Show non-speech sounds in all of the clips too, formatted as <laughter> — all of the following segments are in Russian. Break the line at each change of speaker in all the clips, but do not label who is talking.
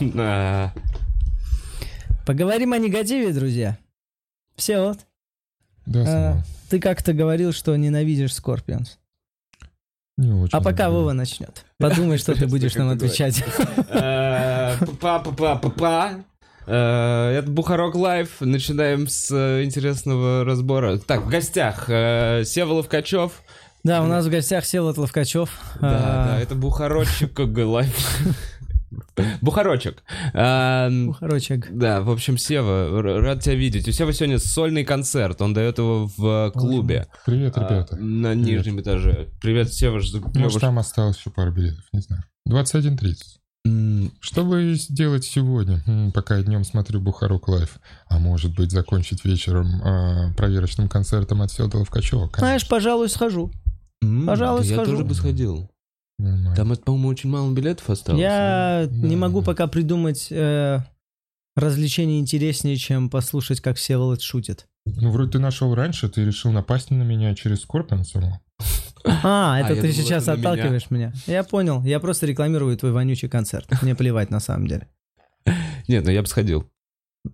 Да.
Поговорим о негативе, друзья. Все вот.
Да,
А,
Самуэль.
ты как-то говорил, что ненавидишь Скорпионс.
Не очень.
А пока
люблю.
Вова начнет. Подумай, что ты
Интересно,
будешь
как
нам
ты говоришь.
отвечать.
Э, Па-па-па-па-па. Э, Это Бухарок Лайф. Начинаем с э, интересного разбора. Так, в гостях э, Севолов Качев.
Да, у нас в гостях Селот Ловкачев.
Да, да,
А,
это Бухарочек как бы, Лайф. Бухарочек. Эм,
ну, Короче,
Да, в общем, Сева, р- рад тебя видеть. У Сева сегодня сольный концерт, он дает его в э, клубе.
Привет,
А,
ребята.
на
Привет.
нижнем этаже. Привет, Сева, ж-
Может,
Лёва,
там осталось еще пару билетов, не знаю. 21.30.
М,
Что бы сделать сегодня, М, пока я днем смотрю Бухарок Лайф? А может быть, закончить вечером а, проверочным концертом от Федора Ловкачева?
Знаешь, пожалуй, схожу.
м,
Пожалуй,
да Я
схожу.
тоже бы сходил.
Нормально.
Там, это, по-моему, очень мало билетов осталось.
Я
ну,
не
да,
могу
да.
пока придумать э, развлечение интереснее, чем послушать, как Всеволод шутит.
Ну, вроде ты нашел раньше, ты решил напасть на меня через Скорпион самого.
<laughs>
А,
я
это ты
думал,
сейчас
это на меня.
отталкиваешь меня. Я понял. Я просто рекламирую твой вонючий концерт. Мне плевать на самом деле.
Нет, ну я бы сходил.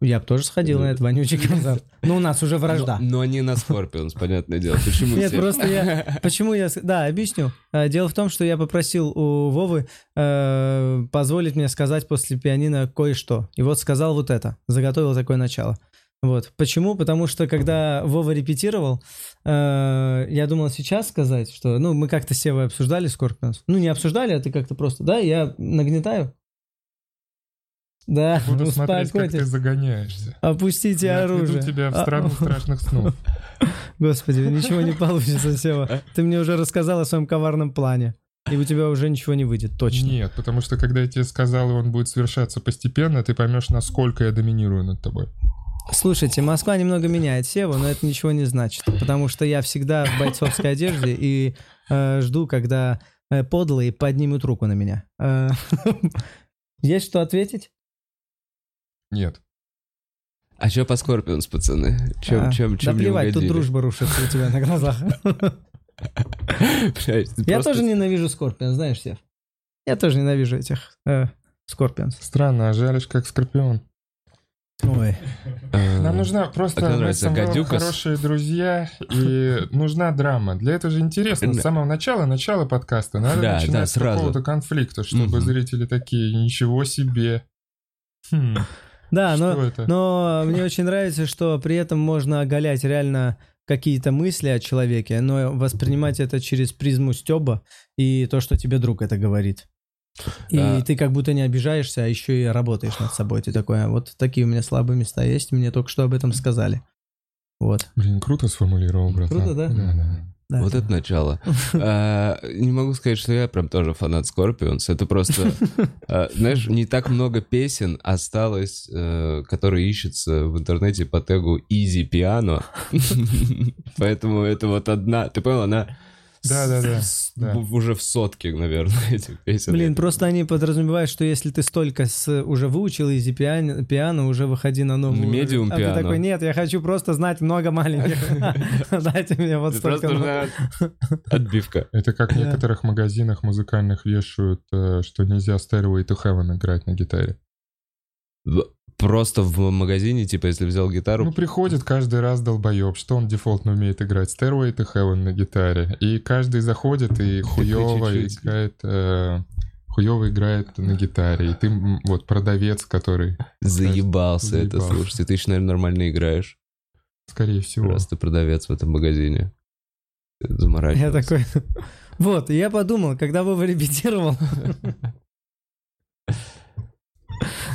Я бы тоже сходил
Ну,
на
<laughs>
этот вонючий концерт. Ну, у нас уже вражда.
Но, но не на Скорпионс, понятное дело. Почему
Нет,
Сев?
просто
<laughs>
я... Почему я... с- Да, объясню. Э, Дело в том, что я попросил у Вовы э, позволить мне сказать после пианино кое-что. И вот сказал вот это. Заготовил такое начало. Вот. Почему? Потому что когда Вова репетировал, э, я думал сейчас сказать, что... Ну, мы как-то с Севой обсуждали Скорпионс. Ну, не обсуждали, а ты как-то просто... Да, я нагнетаю? Да,
Буду смотреть, как ты
Ну, успокойтесь.
загоняешься.
Опустите
я отведу
оружие.
тебя в
А, <laughs>
страну страшных снов.
Господи, ничего не получится,
А?
Сева. Ты мне уже рассказал о своем коварном плане. И у тебя уже ничего не выйдет, точно.
Нет, потому что когда я тебе сказал, и он будет совершаться постепенно, ты поймешь, насколько я доминирую над тобой.
Слушайте, Москва немного меняет Севу, но это ничего не значит. Потому что я всегда в бойцовской одежде и э, жду, когда э, подлые поднимут руку на меня. Э, <laughs> Есть что ответить?
Нет.
А что по Скорпионс, пацаны? Чем,
А,
чем,
Да
чем не
плевать, тут
угодили?
дружба рушится у тебя на глазах.
<laughs> Блядь,
Я
просто-
тоже ненавижу Скорпион, знаешь, Сев? Я тоже ненавижу этих э, Скорпионс.
Странно, а жалишь, как Скорпион.
Ой.
Э,
Нам нужна просто
как
мы с
нравится,
Самвелом
гадюкас?
хорошие друзья, и нужна драма. Для этого же интересно. С
Да. самого
самого начала, начала подкаста,
Да,
надо
да,
начинать с
сразу.
какого-то конфликта, чтобы
Мгм.
зрители такие, ничего себе. Хм,
Да, но...
что это?
<laughs> Но мне очень нравится, что при этом можно оголять реально какие-то мысли о человеке, но воспринимать это через призму стеба и то, что тебе друг это говорит. И
А.
ты как будто не обижаешься, а еще и работаешь над собой. Ты такой, «А вот такие у меня слабые места есть, мне только что об этом сказали. Вот.
Блин, круто сформулировал, братан.
Круто, да? Да.
Вот это
<laughs>
начало. А, Не могу сказать, что я прям тоже фанат Скорпионс. Это просто, а, знаешь, не так много песен осталось, э, которые ищутся в интернете по тегу Easy Piano. <laughs> Поэтому это вот одна... Ты понял, она... с-
Да-да-да,
с-
да.
в- Уже в сотке, наверное, <laughs> этих песен.
Блин, просто они подразумевают, что если ты столько с, уже выучил из пиано, пиано, уже выходи на новую.
Medium
а
piano.
ты такой, нет, я хочу просто знать много маленьких.
<laughs>
<laughs> Дайте мне вот
Это просто
столько. нот».
нужна отбивка.
Это как в
Да.
некоторых магазинах музыкальных вешают, э, что нельзя Stairway to Heaven играть на гитаре.
Просто в магазине, типа, если взял гитару,
Ну, приходит каждый раз долбоеб, что он дефолтно умеет играть Stairway to Heaven на гитаре. И каждый заходит и хуёво
чуть-чуть.
играет... э, хуёво играет на гитаре. И ты м, вот продавец, который,
Заебался это
Заебался.
слушать. И ты еще, наверное, нормально играешь.
скорее всего...
Раз ты продавец в этом магазине.
Я
Заморачивайся.
такой... <laughs> Вот, и я подумал, когда Вова
<laughs>
репетировал...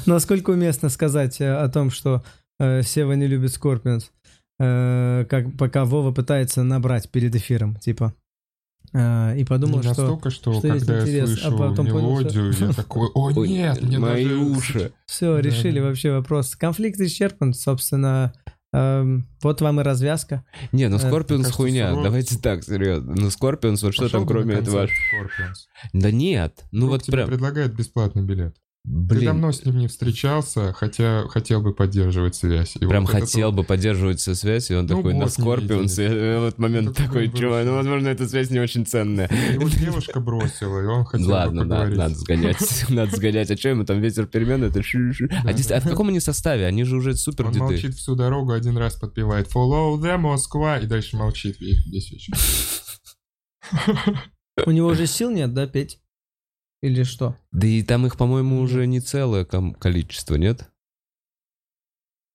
Насколько уместно сказать э, о том, что э, Сева не любит Скорпионс, э, как, пока Вова пытается набрать перед эфиром, типа. Э, и подумал,
Не
что
настолько, что,
что есть
когда я
интерес, а
слышу
потом понял, что-
мелодию,
<laughs>
я такой, о
Ой,
нет, мне
мои
даже-
уши.
все,
Да,
решили
да.
вообще вопрос. Конфликт исчерпан, собственно. эм, вот вам и развязка.
Не, ну
Э,
Скорпионс
кажется,
хуйня.
сурово.
Давайте так, серьезно. Ну Скорпионс, вот что
Пошёл
там
бы на
кроме этого?
концерт Scorpions.
Да нет, ну
Друг
вот
тебе
прям.
предлагает бесплатный билет.
блин,
Ты давно с ним не встречался, хотя хотел бы поддерживать связь. И
прям
вот это
хотел бы поддерживать всю связь, и он
Ну
такой на
вот, не
Скорпионс, и
видели.
я в этот момент
Ну
такой,
какой вы
чувак, ну,
вообще».
возможно, эта связь не очень ценная.
вот- Его девушка бросила, и он хотел
Ладно,
бы
да,
поговорить.
надо сгонять, <laughs> надо сгонять. А что ему там ветер перемен? Это шу- шу. А
Да,
дис- а в каком они составе? Они же уже супер
Он
деды.
молчит всю дорогу, один раз подпевает «Follow the Москва» и дальше молчит ве- весь вечер.
У него уже сил нет, да, петь? Или что?
Да и там их,
Ну
по-моему, уже не целое ком- количество, нет?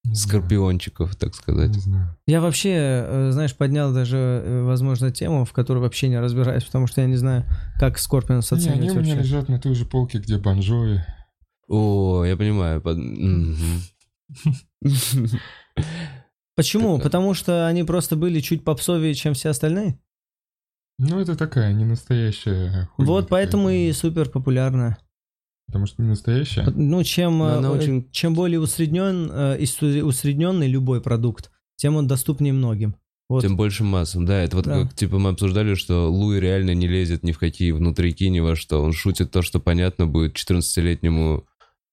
Не
Скорпиончиков, так
знаю,
сказать.
Не знаю.
Я вообще, э, знаешь, поднял даже, э, возможно, тему, в которой вообще не разбираюсь, потому что я не знаю, как Скорпионс
Не, они
оценивать
у меня
вообще.
лежат на той же полке, где Бонжови.
О, я понимаю. под- мгм.
Почему?
Как-то.
Потому что они просто были чуть попсовее, чем все остальные?
Ну, это такая, не настоящая хуйня
Вот
такая,
поэтому
да.
и супер популярная.
Потому что не настоящая. а
Ну, чем,
Но
э,
она
э,
очень-
чем более усреднен, э, и су- усредненный любой продукт, тем он доступнее многим. Вот.
Тем больше массам, да. Это вот
Да.
как, типа, мы обсуждали, что Луи реально не лезет ни в какие внутрики, ни во что. Он шутит то, что понятно будет 14-летнему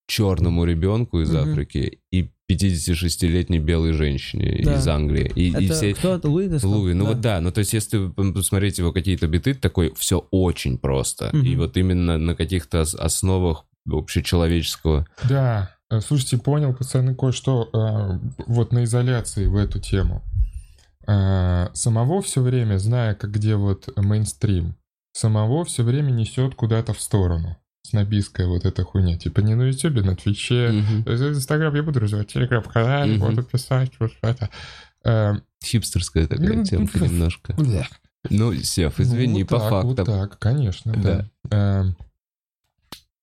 черному ребенку из
Мгм.
Африки и 56-летней белой женщине
Да.
из Англии. И, и
Это
все...
кто это? Луи? ты сказал?
Луи, ну вот да, ну то есть если м, посмотреть его какие-то биты, такой все очень просто. И
Мгм.
вот именно на каких-то ос- основах общечеловеческого.
Да, э, слушайте, понял, пацаны, кое-что э, вот на изоляции в эту тему. Э, Самого все время, зная, как где вот мейнстрим, самого все время несет куда-то в сторону. Снобистская вот эта хуйня. Типа не на Ютубе, на Твиче.
Мгм.
Э, Инстаграм я буду развивать, Телеграм-канал,
Мгм.
буду писать, вот это. Э,
Хипстерская такая
<laughs>
Ну,
темка
ну,
немножко.
бля.
Ну, Сев, извини,
Вот
по
так,
фактам.
Вот так, конечно, да. Эм,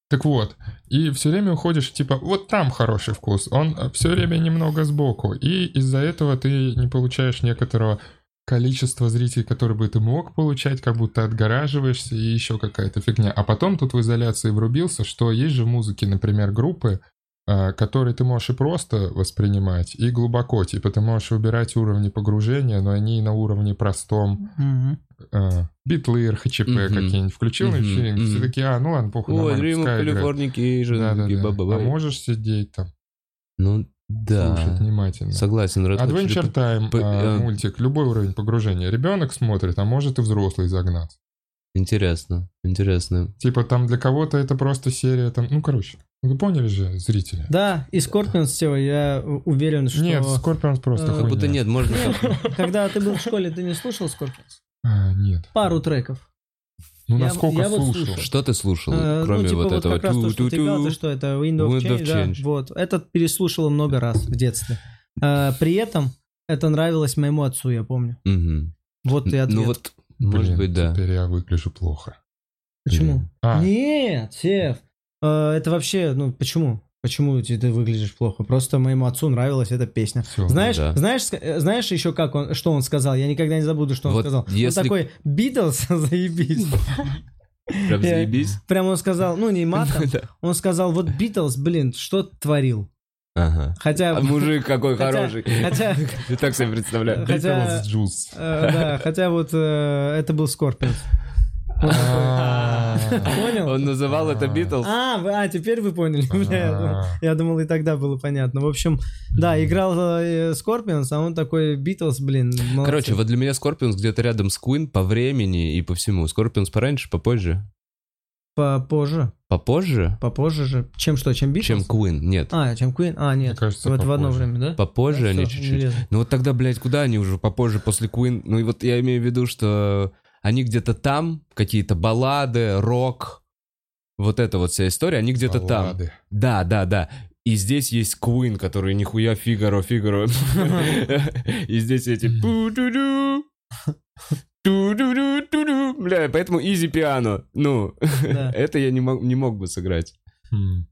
Так вот, и все время уходишь, типа, вот там хороший вкус, он все время немного сбоку, и из-за этого ты не получаешь некоторого количества зрителей, которые бы ты мог получать, как будто отгораживаешься и еще какая-то фигня. А потом тут в изоляции врубился, что есть же в музыке, например, группы, э, которые ты можешь и просто воспринимать, и глубоко, типа ты можешь выбирать уровни погружения, но они на уровне простом,
Мгм.
э, битлы, РХЧП
Мгм.
какие-нибудь включил на
Мгм,
вечеринке, все
мгм.
такие, а, ну ладно, похуй,
Ой,
нормально,
Dream of
пускай играет».
Californication,
Да-да-да.
такие
А
ба-ба-бай.
можешь сидеть там,
Ну, да.
слушать внимательно.
Согласен, Red Hot Chili
Adventure
Peppers.
Time,
П-
а,
э,
мультик, любой уровень погружения. Ребенок смотрит, а может и взрослый загнаться.
Интересно, интересно.
Типа там для кого-то это просто серия там, ну короче, вы поняли же, зрители?
Да, и Скорпионс, Сева, я у- уверен, что...
Нет, Скорпионс просто
Э,
Как
хуйня.
будто нет, можно...
Когда ты был в школе, ты не слушал Скорпионс?
А, нет.
Пару треков.
Ну
Я-
насколько
я вот
слушал?
слушал.
Что ты слушал,
Э,
кроме
ну, типа
вот этого?
как раз то, что ты
ту-ту-ту?
играл, ты что это, Windows,
Wind of
Change, да,
Change.
вот. Этот переслушивал много раз в детстве. Э, при этом это нравилось моему отцу, я помню.
Мгм.
Вот и ответ.
Ну вот, может
Блин,
быть, да.
Теперь я выгляжу плохо.
Почему?
А,
Нет, Сев. э, это вообще, ну почему? Почему ты, ты выглядишь плохо? Просто моему отцу нравилась эта песня.
все.
Знаешь,
да.
знаешь, ск- э, знаешь еще как он, что он сказал? Я никогда не забуду, что он
Вот
сказал.
если-
Он такой, Битлз, <laughs> заебись.
Прям
<laughs> Я-
заебись.
Прямо он сказал, ну не матом,
Да.
он сказал, вот Битлз, блин, что творил.
<laughs> Ага.
Хотя...
А мужик какой
хотя-
хороший.
Хотя...
<laughs> Я так себе представляю.
хотя-
Beatles
<laughs>
Juice.
<laughs>
э, да, хотя вот э, это был Скорпион.
А.
Понял?
Он называл это Битлз.
А, вы- а, теперь вы поняли. Бля, я думал-
А.
Я думал, и тогда было понятно. В общем, да, играл Скорпионс, а он такой Битлз, блин. молодцы.
Короче, вот для меня Скорпионс где-то рядом с Queen по времени и по всему. Скорпионс пораньше, попозже?
Попозже,
Попозже?
попозже же. Чем что, чем Битлз?
Чем Queen? Нет.
А, чем Queen? А,
Мне
нет.
кажется,
вот в одно
попозже.
время, да?
Попозже
Да,
они
всё,
чуть-чуть.
не лезу.
Ну вот тогда, блядь, куда они уже попозже, после Queen? Ну и вот я имею в виду, что они где-то там, какие-то баллады, рок, вот эта вот вся история, они где-то там.
Баллады.
Да, да, да. И здесь есть Queen, который нихуя Фигаро, Фигаро. И здесь эти... пу-ду-ду, ту-ду-ду, ту-ду. Бля, поэтому изи пиано. Ну,
Да.
это я не мог, не мог бы сыграть.
Хм.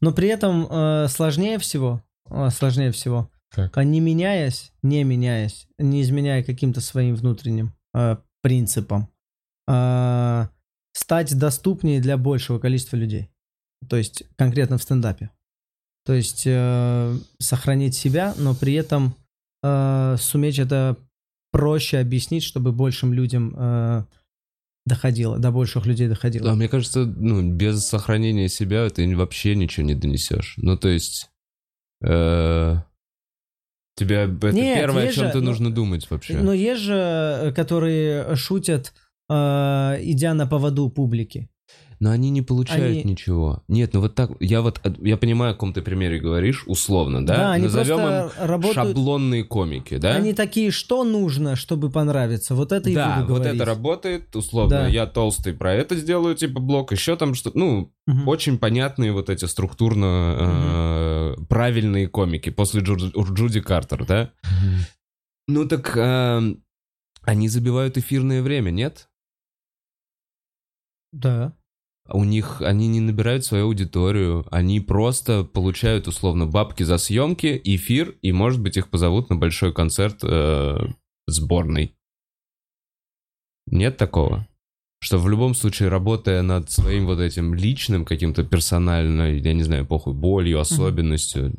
Но при этом э, сложнее всего, э, сложнее всего,
Так.
а не меняясь, не меняясь, не изменяя каким-то своим внутренним э, принципам, э, стать доступнее для большего количества людей. То есть конкретно в стендапе. То есть э, сохранить себя, но при этом э, суметь это проще объяснить, чтобы большим людям э, доходило, до больших людей доходило.
Да, мне кажется, ну, без сохранения себя ты вообще ничего не донесешь. Ну, то есть... э, Тебя это
Нет,
первое, о
есть
чем
же,
ты
ну,
нужно думать вообще.
Но есть же, э, которые шутят, э, идя на поводу публики.
Но они не получают
Они-
ничего. Нет, ну вот так, я вот, от- я понимаю, о каком ты примере говоришь, условно, да?
они
Назовем им
просто работают.
шаблонные комики, да?
Они такие, что нужно, чтобы понравиться. Вот это и
да,
буду
вот
говорить.
это работает, условно,
Да.
я толстый, про это сделаю, типа, блок, еще там что ну,
Мгм.
очень понятные вот эти структурно э, правильные комики после Джур- Джуди Картер, да? Ну так э, они забивают эфирное время, нет?
Да.
У них они не набирают свою аудиторию, они просто получают условно бабки за съемки, эфир, и может быть их позовут на большой концерт э, сборной. Нет такого? Что в любом случае, работая над своим вот этим личным каким-то персонально, я не знаю, похуй, болью, особенностью,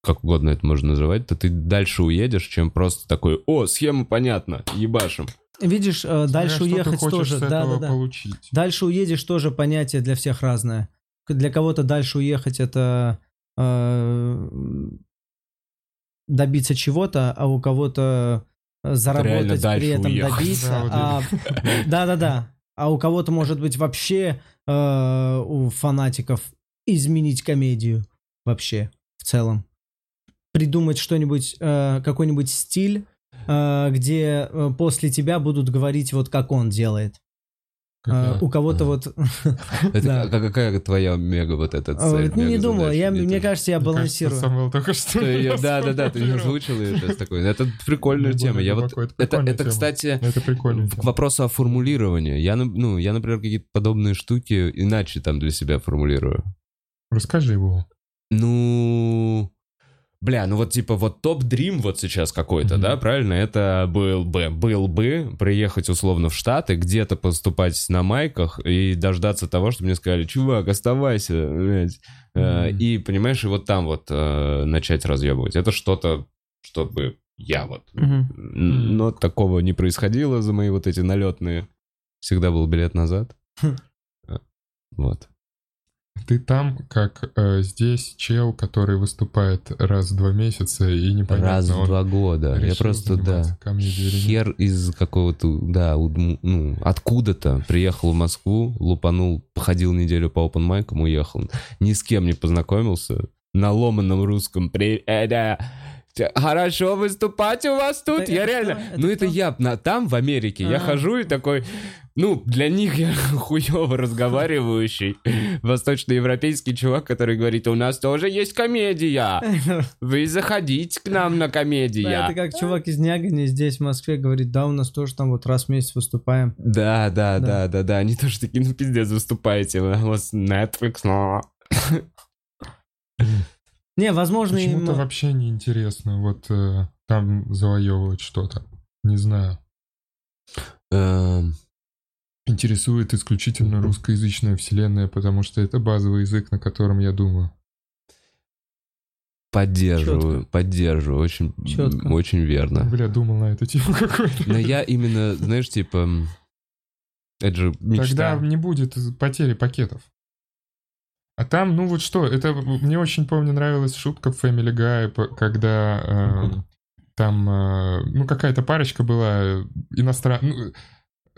как угодно это можно называть, то ты дальше уедешь, чем просто такой, о, схема понятна, ебашим.
Видишь, э, дальше
Смотря что
уехать
ты хочешь
тоже.
с
Да,
этого
да, да.
получить.
Дальше уедешь тоже понятие для всех разное. К- Для кого-то дальше уехать это э, добиться чего-то, а у кого-то э, заработать при
дальше
этом
уехать.
добиться.
Да,
а- <laughs> Да-да-да. А у кого-то может быть вообще э, у фанатиков изменить комедию вообще в целом, придумать что-нибудь э, какой-нибудь стиль, э, где э, после тебя будут говорить вот как он делает.
Как
А,
я.
у кого-то
Ага.
вот...
Это
<laughs> Да.
как- какая твоя мега вот эта
а,
цель?
вот Не
мега
думал,
задача?
я-
Мне
мне
тоже.
кажется, я
Мне кажется,
балансирую.
Самвел только что <laughs>
Ты её-
меня
да, да, да, ты не
сфотографировал.
озвучил ее сейчас такой. ну, Это прикольная
Не
тема.
более
Я вот
глубоко, это
это,
прикольная
это,
тема.
кстати,
Это прикольно.
к вопросу о формулировании. Я, нап- ну, я, например, какие-то подобные штуки иначе там для себя формулирую.
Расскажи его.
Ну, бля, ну вот типа вот топ-дрим вот сейчас какой-то,
Мгм.
да, правильно? Это был бы, был бы приехать условно в Штаты, где-то поступать на майках и дождаться того, что мне сказали, чувак, оставайся, блядь». Э,
Мгм.
И, понимаешь, и вот там вот э, начать разъебывать. Это что-то, чтобы я вот
Мгм.
Н- Но такого не происходило за мои вот эти налетные. Всегда был билет назад.
Хм.
Э, Вот.
Ты там, как э, здесь, чел, который выступает раз в два месяца и непонятно,
Раз в
он
два года. Я
решил
просто,
заниматься
да.
комедией или нет.
Хер из какого-то, да, удму- ну, откуда-то приехал в Москву, лупанул, походил неделю по open майкам, уехал. Ни с кем не познакомился. На ломаном русском при... э, да. Те- Хорошо выступать у вас тут,
Это-
я
это
реально...
кто? Это
ну, это
кто?
я на- там, в Америке, я
А.
хожу и такой... Ну, для них я <laughs> хуёво разговаривающий <laughs> восточноевропейский чувак, который говорит, у нас тоже есть комедия, вы заходите к нам на
<laughs> Да,
комедия.
Это как чувак из Нягани здесь, в Москве, говорит, да, у нас тоже там вот раз в месяц выступаем.
Да, да,
Да.
да, да, да. Они тоже такие, ну пиздец, выступаете. У вас Netflix, но...
Не, возможно, им...
Почему-то вообще не интересно вот э, там завоевывать что-то. Не знаю.
Эм,
Интересует исключительно русскоязычная вселенная, потому что это базовый язык, на котором я думаю.
Поддерживаю, поддерживаю. Очень,
Чётко.
очень верно.
Бля, думал на эту тему <laughs> какую-то.
Но я именно, знаешь, типа... м, Это же мечта.
Тогда не будет потери пакетов. А там, ну вот что, это мне очень помню нравилась шутка в Family Guy, п- когда э, там, э, ну какая-то парочка была э, ну, иностранная,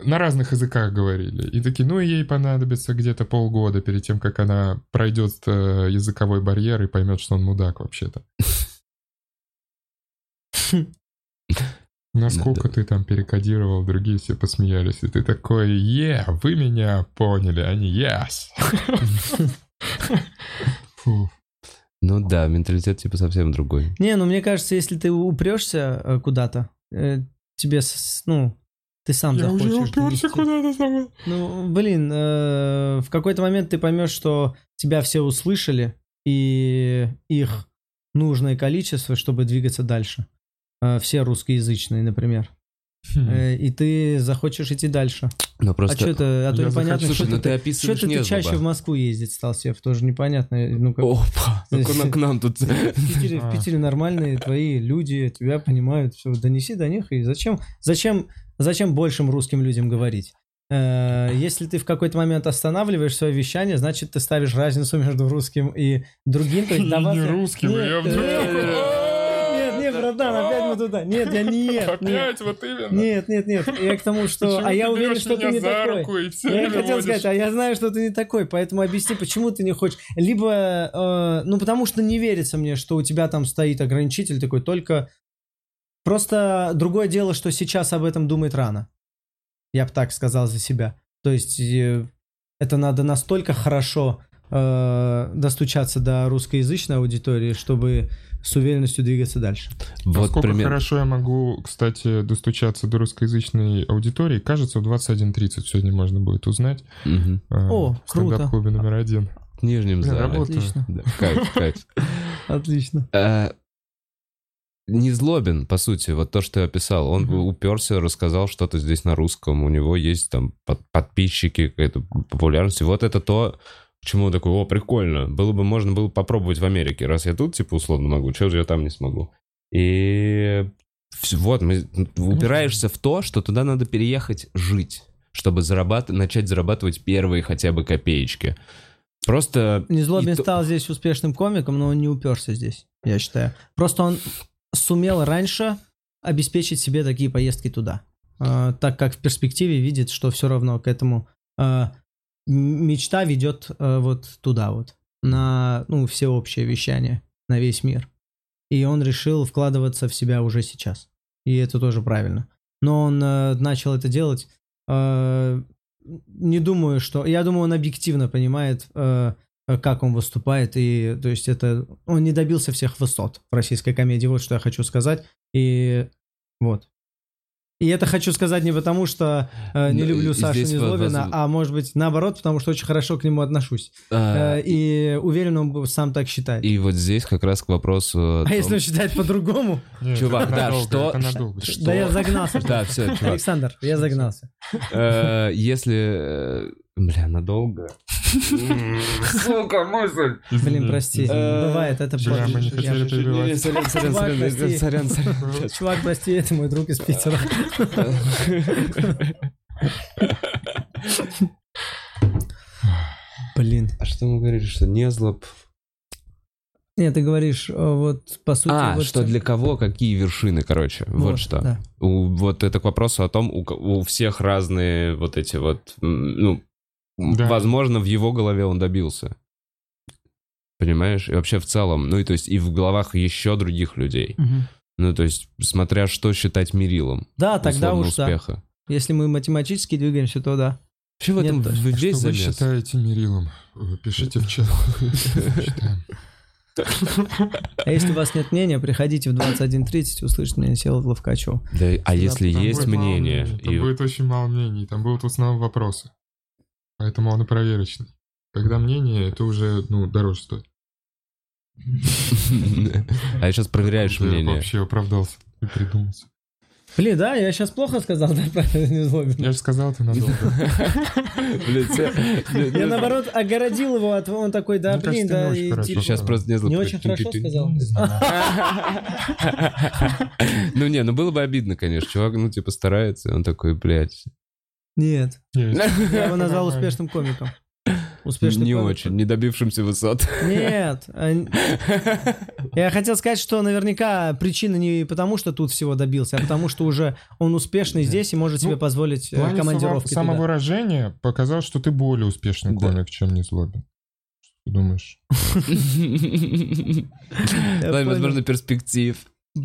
на разных языках говорили. И такие, ну ей понадобится где-то полгода перед тем, как она пройдет э, языковой барьер и поймет, что он мудак вообще-то. Насколько ты там перекодировал, другие все посмеялись, и ты такой, е, вы меня поняли, а они yes. Фу.
Ну да, менталитет типа совсем другой.
Не, ну мне кажется, если ты упрешься э, куда-то, э, тебе, с- ну, ты сам
Я уже
захочешь
уперся
донести.
куда-то сам.
Ну, блин, э, в какой-то момент ты поймешь, что тебя все услышали, и их нужное количество, чтобы двигаться дальше. Э, все русскоязычные, например.
Хм.
Э, и ты захочешь идти дальше.
Но
А что
просто...
это? А то
Я
непонятно,
захочу-
Слушай, ну
что
ты
ты... Что
описываешь
ты
незлобо.
чаще в Москву ездить стал, Сев? Тоже непонятно. Ну, как...
Опа, ну к- к нам тут...
<laughs> В Питере, в
А.
Питере нормальные твои люди, тебя понимают, все, донеси до них. И зачем, зачем, зачем большим русским людям говорить? э, если ты в какой-то момент останавливаешь свое вещание, значит, ты ставишь разницу между русским и другим. То есть до вас-
Не русским,
Нет, э,
я вдруг-
Нет, нет, братан, опять мы туда. Нет, я нет. нет.
Опять вот именно.
Нет, нет, нет. Я к тому, что...
Почему
А я
ты
уверен,
берешь
что ты
меня
не
за
такой.
руку и всё
Я и хотел
переводишь?
сказать, а я знаю, что ты не такой, поэтому объясни, почему ты не хочешь. Либо, э, ну, потому что не верится мне, что у тебя там стоит ограничитель такой, только... Просто другое дело, что сейчас об этом думает рано. Я бы так сказал за себя. То есть э, это надо настолько хорошо э, достучаться до русскоязычной аудитории, чтобы с уверенностью двигаться дальше.
Вот
Насколько
пример.
хорошо я могу, кстати, достучаться до русскоязычной аудитории, кажется, в 21.30 сегодня можно будет узнать.
Мгм.
э,
О,
в стендап-клубе номер один.
В Нижнем
Блин,
зале.
работа.
Отлично,
Да, Кайф, кайф.
отлично.
Э, Не злобен, по сути, вот то, что я описал. Он
Мгм.
уперся, рассказал что-то здесь на русском. У него есть там под- подписчики, какая-то популярность. И Вот это то, к чему он такой, о, прикольно. Было бы, можно было попробовать в Америке. Раз я тут, типа, условно могу, чего же я там не смогу? И вс- вот, мы- ну, упираешься в то, что туда надо переехать жить, чтобы зарабат- начать зарабатывать первые хотя бы копеечки. Просто...
Незлобин
и то-
стал здесь успешным комиком, но он не уперся здесь, я считаю. Просто он сумел раньше обеспечить себе такие поездки туда, э, так как в перспективе видит, что все равно к этому э, м- мечта ведет э, вот туда вот, на ну, всеобщее вещание, на весь мир. И он решил вкладываться в себя уже сейчас. И это тоже правильно. Но он э, начал это делать. э, не думаю, что... Я думаю, он объективно понимает, э, э, как он выступает, и то есть это он не добился всех высот в российской комедии, вот что я хочу сказать, и вот. И это хочу сказать не потому, что э, не
Ну,
люблю
и
Сашу
здесь воз-
Незлобина,
воз-
а может быть наоборот, потому что очень хорошо к нему отношусь.
э,
Э, и уверен, он бы сам так считает.
И вот здесь как раз к вопросу... о
А
том-
если он считает
<laughs>
по-другому,
Нет,
Чувак,
это
да,
надолго,
что-
это надолго.
что- <laughs>
да я загнался.
Да, <laughs> все, чувак.
Александр, я загнался.
Э, Если... э, Бля, надолго. Сука, мысль.
Блин,
Извини,
прости.
извини.
Э,
Бывает, это
Бля,
позже.
мы не
Я-
хотели перебивать.
Сорян, сорян,
Чувак,
сорян,
прости.
сорян, сорян.
Чувак, прости, это мой друг из Питера. Блин.
А что мы говорили, что не злоб?
Нет, ты говоришь, э, вот по сути...
А,
вот
что
те-
для кого, какие вершины, короче. Вот что.
да.
У- Вот это к вопросу о том, у ко- у всех разные вот эти вот... м, Ну, м,
Да.
возможно, в его голове он добился. Понимаешь? И вообще в целом. Ну и то есть и в головах еще других людей. Ну, то есть, смотря что считать мерилом.
Да, А тогда
условно,
уж да.
успеха.
Если мы математически двигаемся, то да.
Вообще в этом
Нет,
в-
Что
весь
вы
замес.
считаете мерилом? Э, Пишите
<laughs>
в чат. Считаем.
А если у вас нет мнения, приходите в 21.30, услышите меня Села Ловкачева.
Да, а если
Там
есть
будет мало
мнение,
мнений, Там
и
будет очень мало мнений, там будут в основном вопросы. Поэтому он и проверочный. Когда мнение, это уже, ну, дороже стоит.
<laughs> а сейчас проверяешь
Я
мнение. <laughs>
вообще оправдался и придумался.
Блин, да, я сейчас плохо сказал, да, правильно, не злобин.
Я же сказал,
<laughs>
ты надолго.
Блин, те-
Я наоборот огородил его от... Он такой, да,
Мне кажется,
блин,
ты не
да,
очень
и
хорошо.
типа-
Сейчас просто не
Не очень хорошо сказал.
<laughs> Ну не, ну было бы обидно, конечно. Чувак, ну типа старается, он такой, блядь.
Нет,
Не,
я его назвал
Нормально.
успешным
<laughs>
комиком. Успешным
Не
комиком.
очень, не добившимся высот.
Нет, э, Я хотел сказать, что наверняка причина не потому, что тут всего добился, а потому что уже он успешный здесь и может
Ну,
себе позволить
В
э,
плане само-
командировки. туда.
самовыражения показал, что ты более успешный
Да.
комик, чем не злобин. Что ты думаешь?
Ладно,
понял.
возможно, перспектив. <laughs>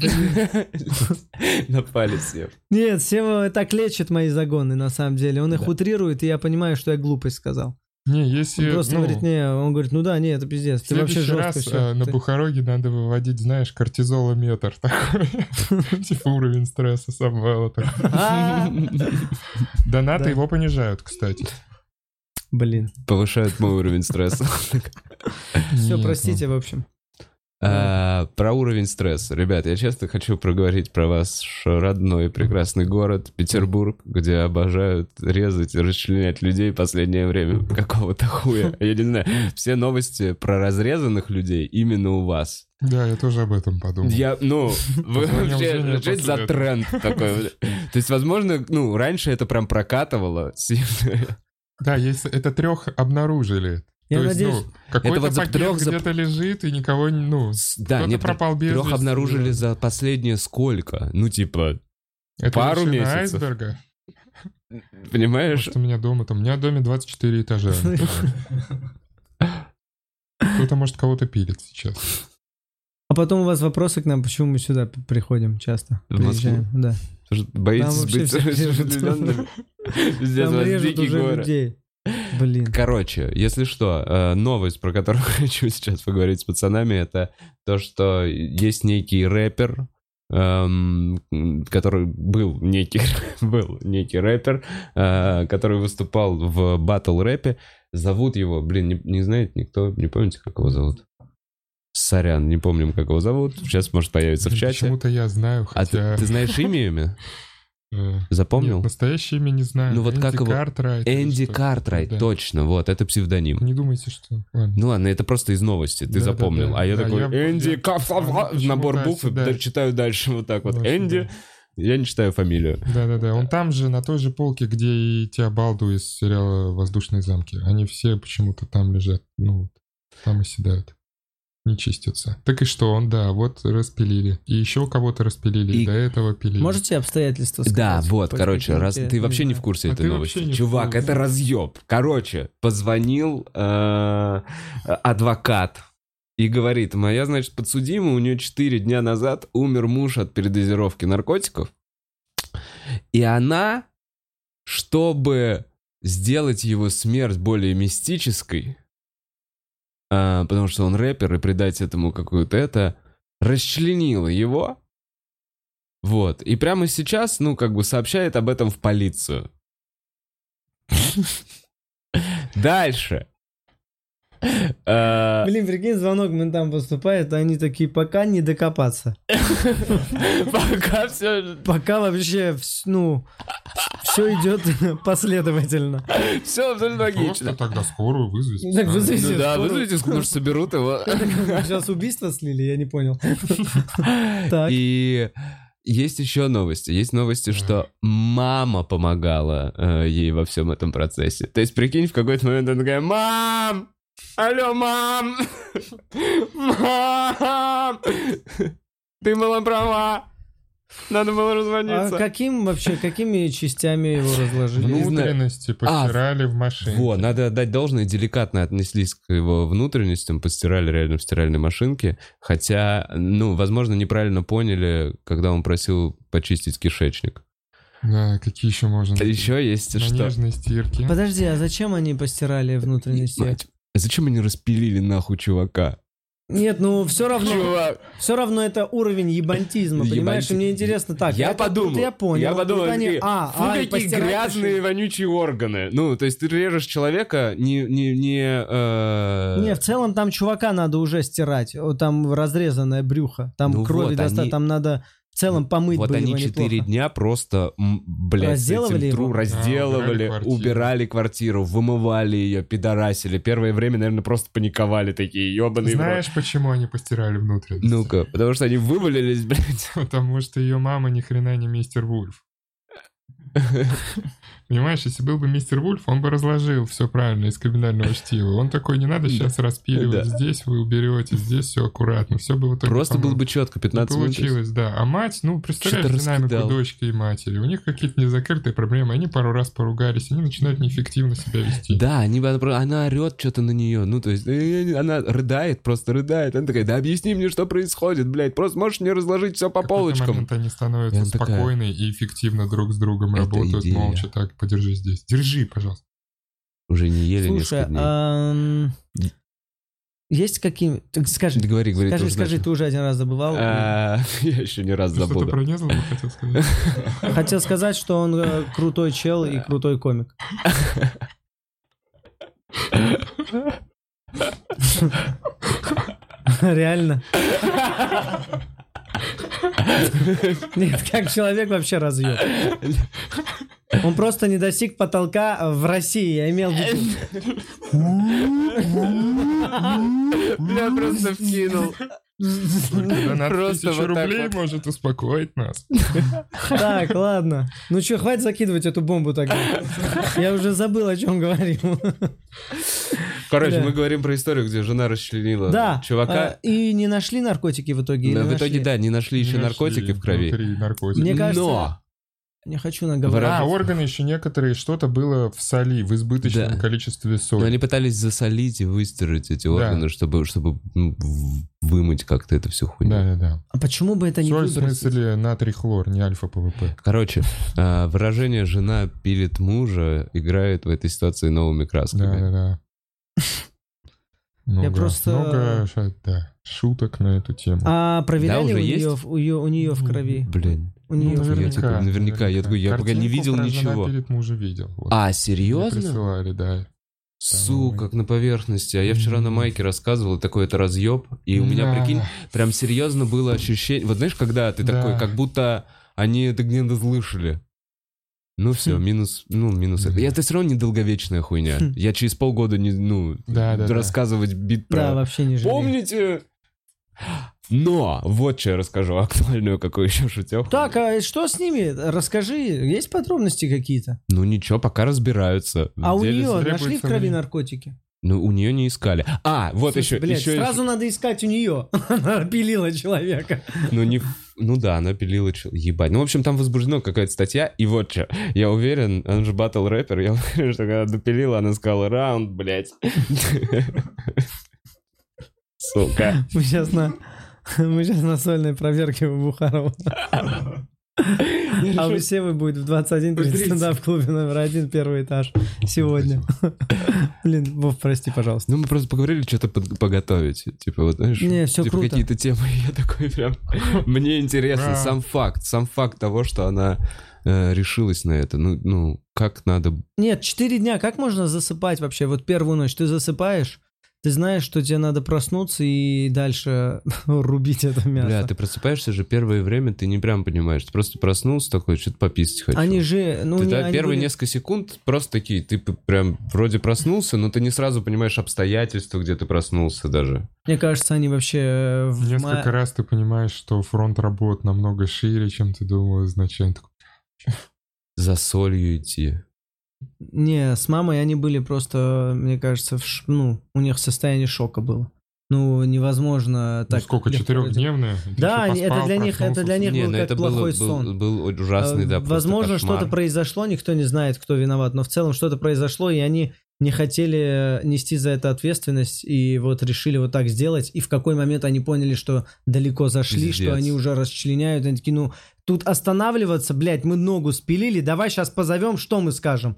Напали все.
Нет, Сева так лечит мои загоны, на самом деле. Он их
Да.
утрирует, и я понимаю, что я глупость сказал.
Не,
Он
если...
просто
ну,
говорит, не, он говорит, ну да, не, это пиздец,
В
ты вообще
следующий
жестко
раз
всё.
э, на
Ты-
Бухароге надо выводить, знаешь, кортизолометр такой. <laughs> Типа уровень стресса самвела. такой. <laughs>
А,
Донаты
Да.
его понижают, кстати.
Блин,
Повышает мой уровень стресса.
Нет,
все,
ну,
простите, в общем.
А, Про уровень стресса. Ребят, я часто хочу проговорить про ваш родной и прекрасный город Петербург, где обожают резать и расчленять людей последнее время <laughs> какого-то хуя. Я не знаю, все новости про разрезанных людей именно у вас.
Да, я тоже об этом подумал.
Я, ну, вы
Позвонил
вообще
Жене
жить
после
за
этого.
тренд такой. бля. То есть, возможно, ну, раньше это прям прокатывало. сильно.
Да, если это трех обнаружили.
Я
То есть,
надеюсь,
ну, какой-то
вот за
пакет
трёх за-
где-то лежит, и никого, не- ну,
С- Да,
Кто-то
не
пропал без
Трех
вести,
обнаружили
да.
за последнее сколько? Ну, типа,
это
пару
вершина
месяцев.
айсберга.
понимаешь?
Может, у меня дома там, у меня в доме 24
<laughs>
этажа. Кто-то, может, кого-то пилит сейчас.
<laughs> а потом у вас вопросы к нам, почему мы сюда п- приходим часто.
В Москву?
Приезжаем, да.
Потому что Боитесь
Там вообще
быть
всех режут. <laughs>
разделенными. Пиздец, у
Там
вас
режут
дикий
уже
город.
людей. Блин.
Короче, если что, э, новость, про которую <laughs> хочу сейчас поговорить с пацанами, это то, что есть некий рэпер, эм, м, который был некий, <laughs> был некий рэпер, э, который выступал в батл рэпе. Зовут его, блин, не, не знает никто, не помните, как его зовут? Сорян, не помним, как его зовут. Сейчас, может, появится в чате.
Почему-то я знаю,
А ты,
хотя...
ты знаешь имя
<laughs>
имя?
э,
Запомнил?
Нет, настоящее имя не знаю.
Ну вот
Энди
как его-
Картрайт или
Энди
что-то.
Картрайт,
Да.
точно, вот, это псевдоним.
Не думайте, что... Ладно.
Ну ладно, это просто из новости, ты
Да,
запомнил.
да, да.
а я
Да,
такой,
я-
Энди,
я-
ка- фа- фа-
Почему-то
набор букв, и
всегда-
да, читаю дальше вот так вот.
Очень,
Энди, я не читаю фамилию.
Да-да-да, он там же, на той же полке, где и Теобалду из сериала «Воздушные замки». Они все почему-то там лежат, ну вот, там и седают. Не чистятся. Так и что, он, да, вот распилили. И еще кого-то распилили, и
И-
до этого пилили.
Можете обстоятельства сказать?
да, вот,
По-
короче, раз
какие-то,
ты вообще не в
знаю.
курсе
А
этой
ты
новости.
вообще не в
Чувак,
курсе.
это разъеб. Короче, позвонил э, адвокат и говорит, моя, значит, подсудимая, у нее 4 дня назад умер муж от передозировки наркотиков. И она, чтобы сделать его смерть более мистической, а, потому что он рэпер, и придать этому какую-то это, расчленила его. Вот. И прямо сейчас, ну, как бы сообщает об этом в полицию. <laughs> Дальше. А, <laughs>
Блин, прикинь, звонок ментам поступает, а они такие, пока не докопаться.
Пока все,
Пока вообще, вс- ну, все идет <laughs> последовательно. <laughs>
все абсолютно
Просто
логично.
тогда скорую вызвать.
Ну, так
А,
вызови.
Ну Да,
Скоро-
вызовите, потому что соберут его.
Сейчас убийство слили, я
<laughs>
не понял. Так.
И есть еще новости. Есть новости, что мама помогала э, ей во всем этом процессе. То есть, прикинь, в какой-то момент она такая, мам! Алло, мам! Мам! Ты была права! Надо было
А
раззвониться.
каким вообще, какими частями его разложили?
не знаю.
Внутренности
А,
постирали в машине.
Во, надо отдать должное, деликатно отнеслись к его внутренностям, постирали реально в стиральной машинке. Хотя, ну, возможно, неправильно поняли, когда он просил почистить кишечник.
Да, какие еще можно?
А еще есть
На
что.
нежной стирке.
Подожди, а зачем они постирали внутренности?
Мать, а Зачем они распилили нахуй чувака?
Нет, ну все равно,
Чувак,
все равно это уровень ебантизма, понимаешь? И
Ебанти-
мне интересно так.
я
это тут
подумал.
Я понял.
Я
а
подумал,
тут они-
такие,
А,
фу,
а, и
какие
постирать
грязные
решили.
вонючие органы. Ну, то есть ты режешь человека, не... не, не э,
Не, в целом там чувака надо уже стирать. О, Там разрезанное брюхо. Там
Ну
крови
вот
достаточно.
они-
Там надо в целом помыть
вот
бы
они
его
четыре
неплохо.
дня просто, м, блядь, с этим
Разделывали
тру-
его?
разделывали,
Да, убирали квартиру.
убирали квартиру, вымывали ее, пидорасили. Первое время, наверное, просто паниковали такие, ебаные
Знаешь, почему они постирали внутренности?
Ну-ка, потому что они вывалились, <laughs> блядь.
<laughs> Потому что ее мама ни хрена не
<laughs>
мистер Вульф. Понимаешь, если был бы мистер Вульф, он бы разложил все правильно из криминального чтива. Он такой, не надо сейчас распиливать,
Да.
здесь вы уберете, здесь все аккуратно, все бы в итоге
Просто было
помыл.
бы четко,
Не
15 минут. и всё.
Ну, получилось, да. А мать, ну,
Что-то
представляешь динамику
раскидал.
дочки и матери. У них какие-то незакрытые проблемы, они пару раз поругались, они начинают неэффективно себя вести.
Да, они, бы- она, орет что-то на нее. Ну, то есть, э, она рыдает, просто рыдает. Она такая, да объясни мне, что происходит, блядь. Просто можешь мне разложить все по
В какой-то
полочкам.
момент они становятся
Я такая,
спокойны и эффективно друг с другом
«Это
работают,
идея».
молча так, подержи здесь. Держи, пожалуйста.
Уже не ели
Слушай, а,
несколько дней.
ам, есть какие... Так скажи,
Ты говори, говори, ты
скажи,
уже
скажи,
начал.
ты уже один раз забывал.
А, <laughs> Я еще не раз
Ты что-то
забуду.
про Незлова
<laughs>
хотел сказать?
Хотел сказать, что он э, крутой чел и крутой комик. Реально. Нет, как человек вообще разъет. Он просто не достиг потолка в России, я имел в виду. <laughs>
Бля, просто вкинул.
Донат
Просто
тысячу
вот так
рублей
вот.
может успокоить нас.
Так, ладно. Ну что, хватит закидывать эту бомбу тогда. Я уже забыл, о чем говорил.
Короче,
Да.
мы говорим про историю, где жена расчленила
Да.
чувака.
а, И не нашли наркотики в итоге. или
Да, в
нашли?
итоге, да, не нашли еще
Не
наркотики
нашли
в крови.
Внутри наркотики.
ну, Мне кажется,
Но
Не хочу наговорить.
А, органы еще некоторые, что-то было в соли, в избыточном
Да. Ну,
количестве
но
соли.
они пытались засолить и выстирать эти органы, чтобы, чтобы ну, в- вымыть как-то это всю хуйню.
Да, да, да.
А почему бы это не
Соль в
выбросить?
смысле натрий хлор, не альфа ПВП.
Короче, э, выражение «жена пилит мужа» играет в этой ситуации новыми
Да,
красками.
да, да. Много,
просто-
много ша- да, шуток на эту тему.
А проверяли
уже
у,
есть?
нее, у, ее, у нее в крови?
Блин.
У неё
Ну,
в
наверное.
крови.
такой, наверняка, я такой, я пока не
Картинку
видел
про жена
ничего.
перед мужа видел. вот.
А,
Мне
серьезно?
присылали, да.
Су, как на поверхности. А я вчера на майке рассказывал, такой это разъеб. И у меня,
Да.
прикинь, прям серьезно было ощущение. Вот знаешь, когда ты
Да.
такой, как будто они это где-то слышали. Ну все,
Хм.
минус, ну минус это. И это все равно недолговечная хуйня.
Хм.
Я через полгода не, ну,
Да, да, да.
рассказывать бит про...
Да, вообще не жалею.
Помните? Но! Вот что я расскажу актуальную какую еще шутеху.
Так, а что с ними? Расскажи, есть подробности какие-то?
Ну ничего, пока разбираются.
А у
Делятся.
нее
требуется
нашли в крови
время.
наркотики?
Ну, у нее не искали. А, вот
Слушай,
еще,
блядь,
еще,
сразу надо искать у нее. <laughs> Она пилила человека.
Ну, не... ф- ну да, она пилила чел- Ебать. Ну, в общем, там возбуждена какая-то статья. И вот что. Я уверен, он же батл рэпер. Я <laughs> уверен, что когда допилила, она сказала раунд, блядь. <laughs> Сука.
Мы сейчас на... <laughs> Мы сейчас на сольной проверке у Бухарова. А вы все вы будет в 21.30 стендап в клубе номер один, первый этаж. Сегодня. <laughs> Блин, Вов, прости, пожалуйста.
Ну, мы просто поговорили, что-то под- поготовить. Типа, вот знаешь,
Не, всё
типа,
круто.
какие-то темы. <laughs> И Я такой прям... Мне интересно
Да.
сам факт. Сам факт того, что она э, решилась на это. Ну, ну, как надо...
Нет, 4 дня. Как можно засыпать вообще? Вот первую ночь ты засыпаешь, ты знаешь, что тебе надо проснуться и дальше <laughs> рубить это
Бля,
мясо.
ты просыпаешься же первое время, ты не прям понимаешь. Ты просто проснулся такой, что-то пописать хочу.
Они же, ну,
Ты,
не-
да,
они
первые
были-
несколько секунд просто такие, ты п- прям вроде проснулся, но ты не сразу понимаешь обстоятельства, где ты проснулся даже.
мне кажется, они вообще э, в
Несколько
ма-
раз ты понимаешь, что фронт работ намного шире, чем ты думал изначально. Такой,
За солью идти.
Не, с мамой они были просто, мне кажется, в ш- ну, у них состояние шока было. Ну, невозможно
«Ну
так.
сколько,
легко
четырехдневная?
Да, они- это для них- это для них
не,
был
ну
как
это было,
плохой
был,
сон.
был
делать.
ужасный, да,
Э,
просто
Возможно,
кошмар.
что-то произошло, никто не знает, кто виноват, но в целом что-то произошло, и они не хотели э, нести за это ответственность, и вот решили вот так сделать, и в какой момент они поняли, что далеко зашли,
Пиздец.
что они уже расчленяют, они такие, ну, тут останавливаться, блядь, мы ногу спилили, давай сейчас позовем, что мы скажем?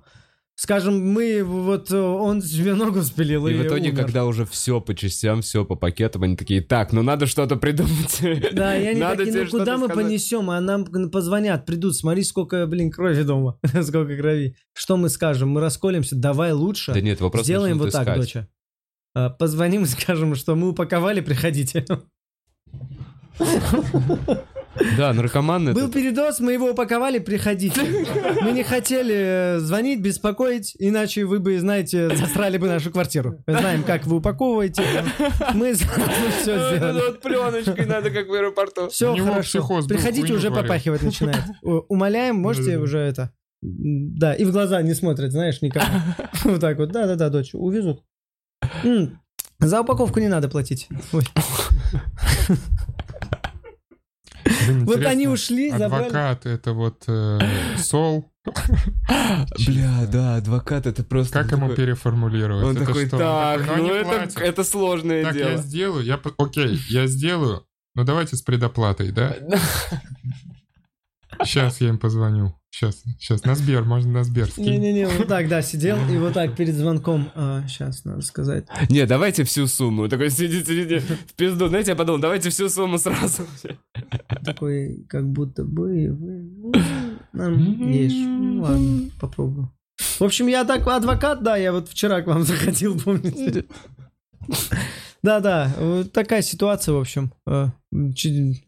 Скажем, мы вот, э, он себе ногу спилил, и,
И в итоге,
умер.
когда уже все по частям, все по пакетам, они такие, так, ну надо что-то придумать.
Да, и они
Надо тебе
такие, ну
что-то
куда мы
сказать».
понесем? А нам позвонят, придут, смотри, сколько, блин, крови дома, <laughs> сколько крови. Что мы скажем? Мы расколемся, давай лучше.
Да нет, вопрос
Сделаем
начнут
вот так,
искать.
доча. А, Позвоним и <laughs> скажем, что мы
<laughs>
упаковали, приходите.
Да, наркоман
Был
это...
передоз, мы его
<laughs>
упаковали, приходите. Мы не хотели э, звонить, беспокоить, иначе вы бы, знаете, засрали бы нашу квартиру. Мы знаем, как вы упаковываете. Мы <laughs> все сделали.
вот пленочкой надо, как в аэропорту.
Все
У него
хорошо.
психоз был,
Приходите,
хуйню
уже
говорил.
попахивать начинает. У- Умоляем, можете
Да-да-да.
уже это. М, Да, и в глаза не смотрят, знаешь,
<laughs>
никому. Вот так вот. Да-да-да, дочь, увезут. М, За упаковку не надо платить. Ой.
Блин,
Вот они
интересно,
ушли, забрали.
Адвокат это вот э, Сол.
Бля, да, адвокат, это просто...
Как ему переформулировать?
Он
Это
такой,
что?
так,
они
ну это,
платят».
это сложное
Так, я
дело.
сделаю, я... по- Окей, я сделаю, но давайте с предоплатой, да? Сейчас я им позвоню. Сейчас, сейчас. На Сбер, можно на Сбер скинь.
Не-не-не, вот так, да, сидел, и вот
<laughs>
так перед звонком. Сейчас, надо сказать.
Не, давайте всю сумму. Такой сидит, сидит, в пизду. Знаете, я подумал, давайте всю сумму сразу.
Такой, как будто бы... и вы, ну, норм, Есть. Ну, ладно, попробую. В общем, я так адвокат, да, я вот вчера к вам <laughs> заходил, помните? Да-да, вот такая ситуация, в общем. Э, чи-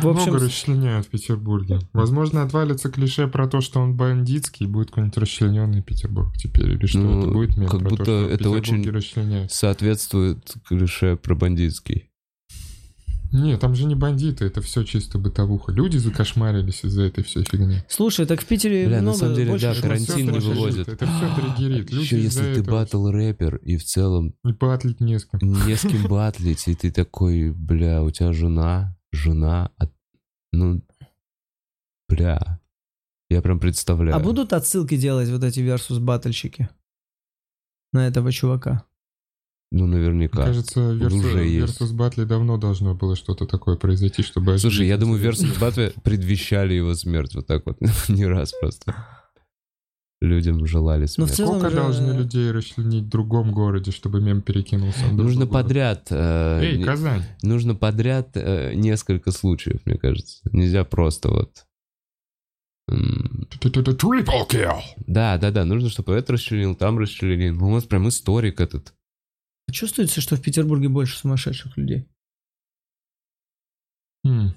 В
Много
общем,
расчленяют в Петербурге. Возможно, отвалится клише про то, что он бандитский, и будет какой-нибудь расчлененный Петербург теперь. Или что
Ну,
это будет мем
как
про
будто
то, что в
это
Петербурге
очень-
расчленяют.
Соответствует клише про бандитский.
Не, там же не бандиты, это все чисто бытовуха. Люди закошмарились из-за этой всей фигни.
Слушай, так в Питере
Бля, на
много,
самом деле,
больше
да,
же
Это
карантин
всё
не
триггерит,
выводит.
Это все триггерит. Люди
Еще
из-за
если ты
этого
батл-рэпер, и в целом
не патлить не с кем.
не с кем батлить, и ты такой, бля, у тебя жена, жена, а- ну, бля, я прям представляю.
А будут отсылки делать вот эти версус батальщики на этого чувака?
Ну,
Мне
наверняка.
Кажется, Versus,
уже есть.
Versus Battle давно должно было что-то такое произойти, чтобы...
Слушай, я
оживить
думаю,
интерес.
Версус Батве предвещали его смерть вот так вот <laughs> не раз просто. Людям желали
Ну, в
смерти.
целом
Сколько
же-
должны людей расчленить в другом городе, чтобы мем перекинулся? на другой
Нужно
город?
подряд, э,
Эй,
не-
Казань!
нужно подряд э, несколько случаев, мне кажется. Нельзя просто вот. М,
Triple kill!
Да, да, да, нужно, чтобы это расчленил, там расчленил. Ну, вот прям историк этот.
Чувствуется, что в Петербурге больше сумасшедших людей.
Хм.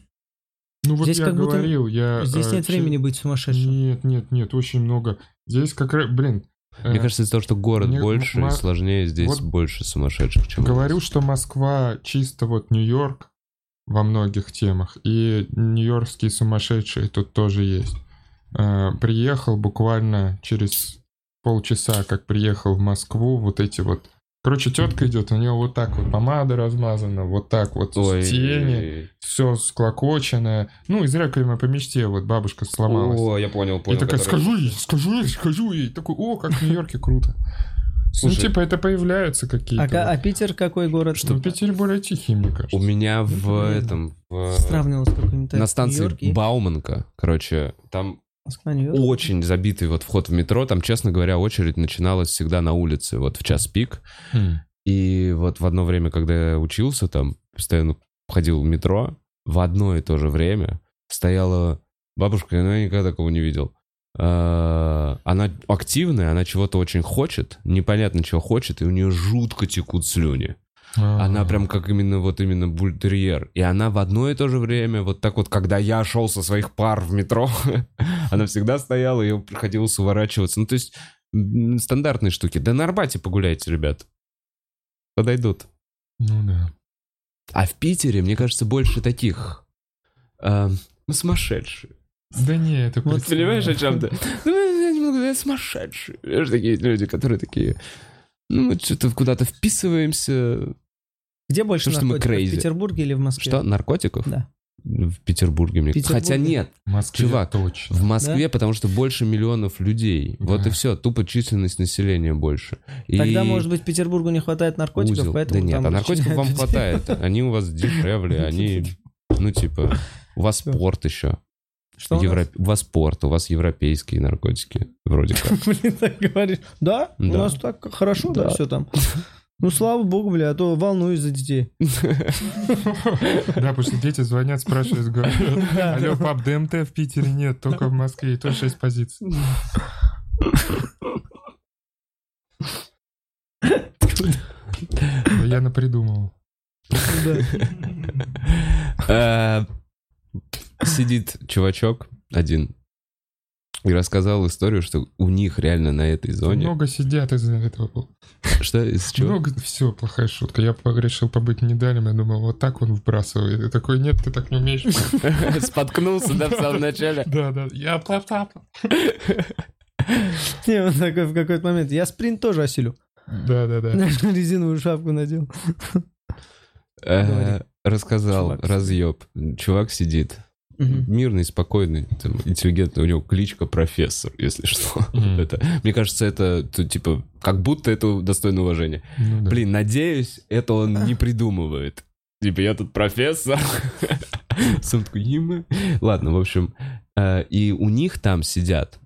Ну вот
Здесь
я
как будто
говорил, я...
Здесь
э,
нет
че-
времени быть сумасшедшим.
Нет, нет, нет, очень много. Здесь как раз, блин... э,
Мне кажется, из-за того, что город
мне-
больше и
ма-
сложнее, здесь
вот
больше сумасшедших, чем у нас.
Говорю, что Москва чисто вот Нью-Йорк во многих темах, и нью-йоркские сумасшедшие тут тоже есть. Э, Приехал буквально через полчаса, как приехал в Москву, вот эти вот... Короче, тетка идет, у нее вот так вот помада размазана, вот так вот
Ой,
тени, все склокоченное. Ну, из реквиема по мечте вот бабушка сломалась.
О, я понял, понял.
и такая,
который-
скажу ей, скажу ей, скажу ей. Такой, о, как в Нью-Йорке круто.
Слушай,
ну, типа, это появляются
А,
какие-то...
ка-
вот
а Питер какой город?
что ну, Питер более тихий, мне кажется.
У меня в
ну,
Блин.
этом... в-
Сравнивал с каким-то
на станции
Нью-Йорк и
Бауманка, короче, там
Москва, Нью-Йорк.
очень забитый вот вход в метро, там, честно говоря, очередь начиналась всегда на улице, вот в час пик,
Хм.
и вот в одно время, когда я учился, там, постоянно ходил в метро, в одно и то же время стояла бабушка, но я никогда такого не видел. Э, Она активная, она чего-то очень хочет, непонятно чего хочет, и у нее жутко текут слюни.
А.
Она прям как именно вот именно бультерьер. И она в одно и то же время, вот так вот, когда я шел со своих пар в метро, <laughs> она всегда стояла, ее приходилось уворачиваться. Ну, то есть м, стандартные штуки. Да на Арбате погуляйте, ребят. Подойдут.
Ну да.
А в Питере, мне кажется, больше таких э, ну, сумасшедших.
Да не, это...
Вот
просто-
Понимаешь, о чем ты? <laughs> Ну, я немного я сумасшедший. Знаешь, такие люди, которые такие... Ну, мы что-то куда-то вписываемся.
Где больше
Потому что мы
наркотиков,
crazy.
в Петербурге или в Москве?
Что, наркотиков?
Да.
В Петербурге, мне
Петербурге?
Хотя нет,
В Москве
Чувак,
точно.
в Москве, потому что больше миллионов людей.
Да.
Вот и все, тупо численность населения больше. И
Тогда, может быть, Петербургу не хватает наркотиков,
узел.
поэтому
Да нет,
там
а наркотиков вам
причиняют людей.
хватает. Они у вас дешевле, они... Ну, типа, у вас спорт еще.
<laughs> Что у нас?
Европе- У вас спорт, у вас европейские наркотики, вроде
<laughs>
как.
Блин, так говоришь. Да? У
Да.
нас так хорошо, да,
Да.
все там. Ну, слава богу, бля, а то волнуюсь
<laughs>
за детей.
Да, потому что дети звонят, спрашивают, говорят, алло, пап, ДМТ в Питере нет, только в Москве, и то 6 позиций. Да Я напридумывал.
Да.
Э, Сидит чувачок один и рассказал историю, что у них реально на этой зоне...
Много сидят из-за этого. было.
Что из чего?
Много, все, плохая шутка. Я решил побыть недалем, я думал, вот так он вбрасывает. И такой, нет, ты так не умеешь. <laughs>
<laughs> Споткнулся, да, в самом начале.
Да, да, я тап-тап.
<laughs> Не, он такой в какой-то момент. Я спринт тоже осилю.
Да, да,
<laughs>
да.
Резиновую шапку надел.
Э,
Говори.
Рассказал,
Чувак.
разъеб. Чувак сидит. Мирный, спокойный, там, интеллигентный. У него кличка профессор, если что.
Мгм.
Это, мне кажется, это, то, типа, как будто это достойно уважения.
Ну да.
Блин, надеюсь, это он <laughs> не придумывает. Типа, я тут профессор. <laughs> Сам такой, «Ема». Ладно, в общем, э, и у них там сидят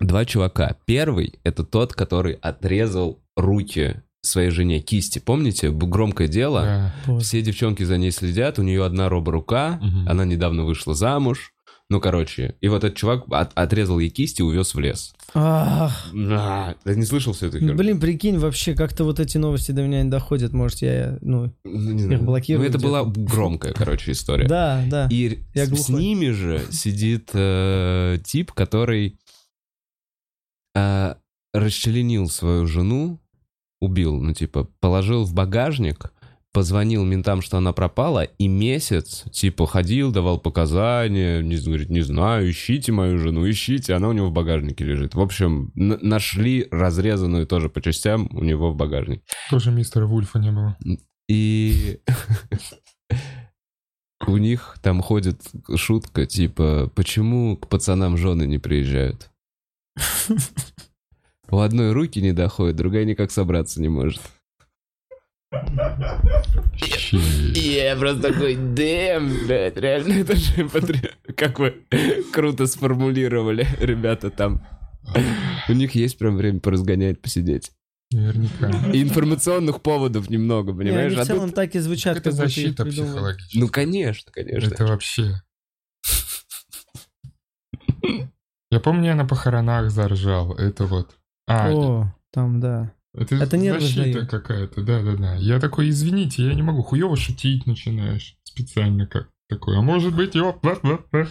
два чувака. Первый — это тот, который отрезал руки своей жене, кисти. Помните, б- громкое дело?
Да.
Все девчонки за ней следят, у нее одна роборука,
Мгм.
она недавно вышла замуж. Ну, короче, и вот этот чувак от- отрезал ей кисть и увез в лес.
Ах,
Да, ты не слышал все это?
ну, блин, прикинь, вообще как-то вот эти новости до меня не доходят. Может, я, ну,
их
блокируют
Ну, это была
где-то.
громкая, короче, история.
да, да.
И
Я
с, с
глухой.
ними же сидит э, тип, который э, расчленил свою жену, убил, ну, типа, положил в багажник позвонил ментам, что она пропала, и месяц, типа, ходил, давал показания, не, з- говорит, не знаю, ищите мою жену, ищите, она у него в багажнике лежит. В общем, н- нашли разрезанную тоже по частям у него в багажнике.
Тоже мистера Вульфа не было.
И <laughs> у них там ходит шутка, типа, почему к пацанам жены не <laughs> приезжают? У одной руки не доходит, другая никак собраться не может.
Щи.
И я просто такой, дэм, блядь, реально это <laughs> же потря- Как вы круто сформулировали, ребята там. У них есть прям время поразгонять, посидеть.
Наверняка.
Ну,
И информационных поводов немного,
Не,
понимаешь?
они
А
в
тут-
целом так и звучат,
Это
как будто их
защита
придумали.
психологическая.
Ну, конечно, конечно.
Это вообще... Я помню, я на похоронах заржал. Это вот... А,
О, там, да.
это,
это нервы
защита
сдают.
какая-то, да-да-да. Я такой, извините, я не могу. Хуёво шутить начинаешь. Специально как такое. А может быть, его...
А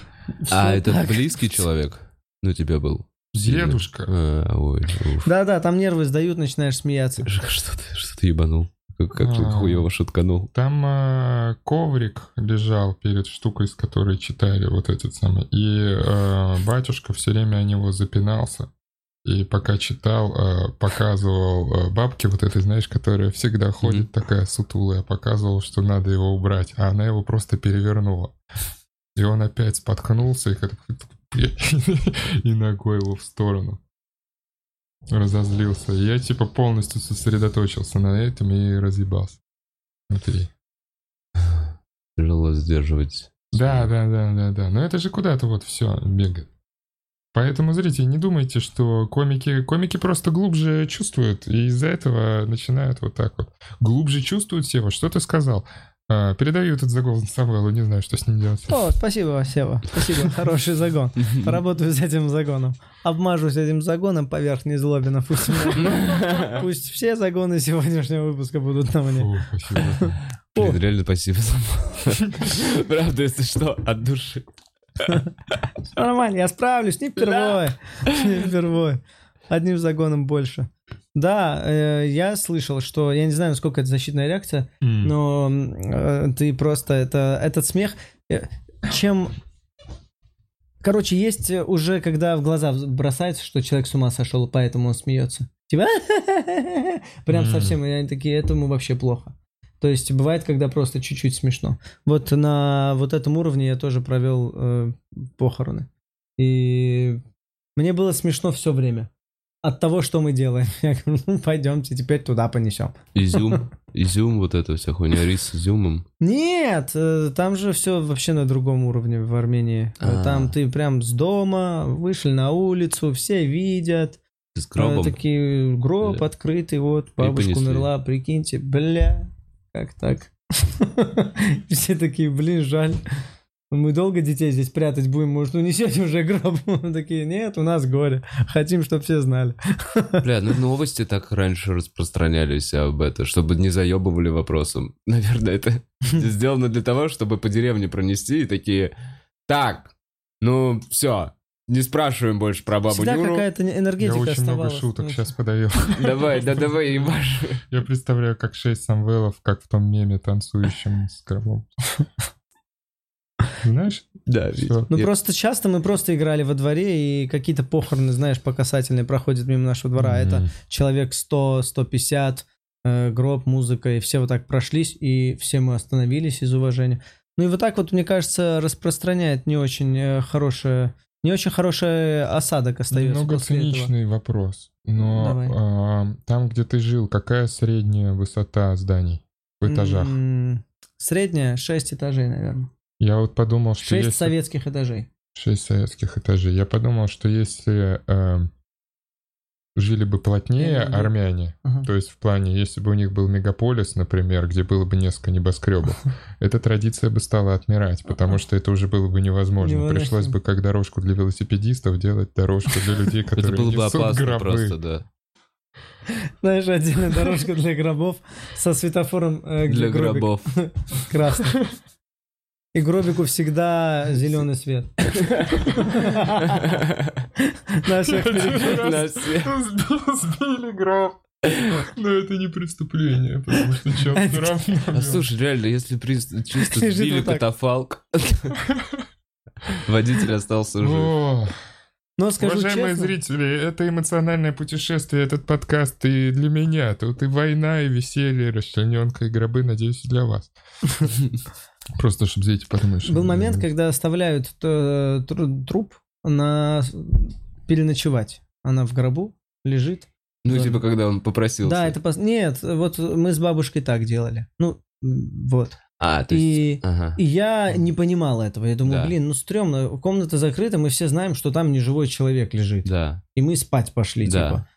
Всё
это
так.
близкий человек? Ну, тебя был.
Дедушка.
А, Ой, уф.
Да-да, там нервы сдают, начинаешь смеяться.
Ж- Что ты, что ты ебанул? Как, как ты
А.
хуево шутканул?
Там а, коврик лежал перед штукой, с которой читали вот этот самый. И а, батюшка все время о него запинался. И пока читал, а, показывал а, бабке вот этой, знаешь, которая всегда ходит такая сутулая, показывал, что надо его убрать, а она его просто перевернула. И он опять споткнулся и, как- <laughs> и ногой его в сторону. Разозлился. И Я типа полностью сосредоточился на этом и разъебался. Внутри.
Тяжело сдерживать.
Да, да, да, да, да. Но это же куда-то вот все бегает. Поэтому, зрители, не думайте, что комики... Комики просто глубже чувствуют, и из-за этого начинают вот так вот. Глубже чувствуют Сева, что ты сказал? А, передаю этот загон Самвелу, не знаю, что с ним делать.
О, спасибо, Сева. Спасибо, хороший загон. Поработаю с этим загоном. Обмажусь этим загоном поверх незлобина. Пусть, у меня- пусть все загоны сегодняшнего выпуска будут на мне.
Фу, спасибо.
<laughs>
Блин,
О.
реально спасибо. <laughs> Правда, если что, от души.
Нормально, я справлюсь, не впервой. Не впервой. Одним загоном больше. Да, э, я слышал, что я не знаю, насколько это защитная реакция,
М.
но м, э, ты просто это этот смех. э, Чем Короче, есть э, уже, когда в глаза вз- бросается, что человек с ума сошел, и поэтому он смеется. Типа, <laughs> прям
Мгм.
совсем, и они такие, этому вообще плохо. То есть бывает, когда просто чуть-чуть смешно. Вот на вот этом уровне я тоже провел э, похороны. И мне было смешно все время. От того, что мы делаем. <laughs> Я говорю, ну, пойдемте, теперь туда понесем.
Изюм, изюм, вот это вся хуйня, рис с изюмом.
Нет, э, там же все вообще на другом уровне в Армении. Э,
А.
Там ты прям с дома, вышли на улицу, все видят.
С
Э,
гробом.
Такие гроб
Да.
открытый, вот, бабушка
понесли.
умерла, прикиньте, бля, как так? <laughs> Все такие, блин, жаль. Мы долго детей здесь прятать будем, может, унесете уже гроб? <laughs> Мы такие, нет, у нас горе. Хотим, чтобы все знали.
Бля, ну новости так раньше распространялись об этом, чтобы не заебывали вопросом. Наверное,
<laughs>
это сделано для того, чтобы по деревне пронести и такие... Так, ну все, не спрашиваем больше про бабу
Всегда
Нюру.
какая-то
Я
энергетика
очень много
оставалась.
шуток
Ну,
сейчас
<laughs>
подавил.
<laughs> Давай, да давай, ебашь.
Я представляю, как шесть Самвелов, как в том меме, танцующим с гробом. <laughs> Знаешь?
Да,
Что?
Ну
Я-
просто часто мы просто играли во дворе, и какие-то похороны, знаешь, по касательной проходят мимо нашего двора. а Это
М.
человек 100, 150, э, гроб, музыка, и все вот так прошлись, и все мы остановились из уважения. Ну и вот так вот, мне кажется, распространяет не очень э, хорошее, не очень хороший осадок остается
Немного
после этого.
циничный вопрос. Но
Давай.
а, там, где ты жил, какая средняя высота зданий в этажах?
М, Средняя 6 этажей, наверное.
Я вот подумал, что
6
если-
советских этажей.
шесть советских этажей. Я подумал, что если э, жили бы плотнее
Я не-
армяне,
Ага.
то есть в плане, если бы у них был мегаполис, например, где было бы
<laughs>
несколько небоскребов, эта традиция бы стала отмирать, потому что это уже было бы невозможно.
Невыносимо.
Пришлось бы как дорожку для велосипедистов делать дорожку для людей, которые
Это было бы
несут
опасно
гробы. <laughs>
просто, да.
Знаешь, отдельная дорожка для гробов со светофором э,
Для
где гробик. <laughs>
гробов. <laughs>
Красный. И гробику всегда зеленый свет. На всех перекрестках.
На все.
<laughs> Сбили гроб. Но это не преступление, потому что чел все равно...
А слушай, реально, если при- чисто
Лежит
сбили
вот так.
катафалк, <laughs> водитель остался
Ну,
жив.
О,
Но скажу
Уважаемые
честно,
зрители, это эмоциональное путешествие, этот подкаст и для меня. Тут и война, и веселье, и расчлененка, и гробы, надеюсь, и для вас. Просто, чтобы зрители подумали, что...
был момент, когда оставляют э, тру- труп на переночевать. Она в гробу лежит.
Ну, типа, когда он попросился.
Да, это пос- нет, вот мы с бабушкой так делали. Ну м, вот.
А, то есть...
И
Ага.
И я не понимал этого. Я думаю,
Да.
блин, ну стрёмно, комната закрыта, мы все знаем, что там неживой человек лежит.
Да.
И мы спать пошли,
Да.
типа.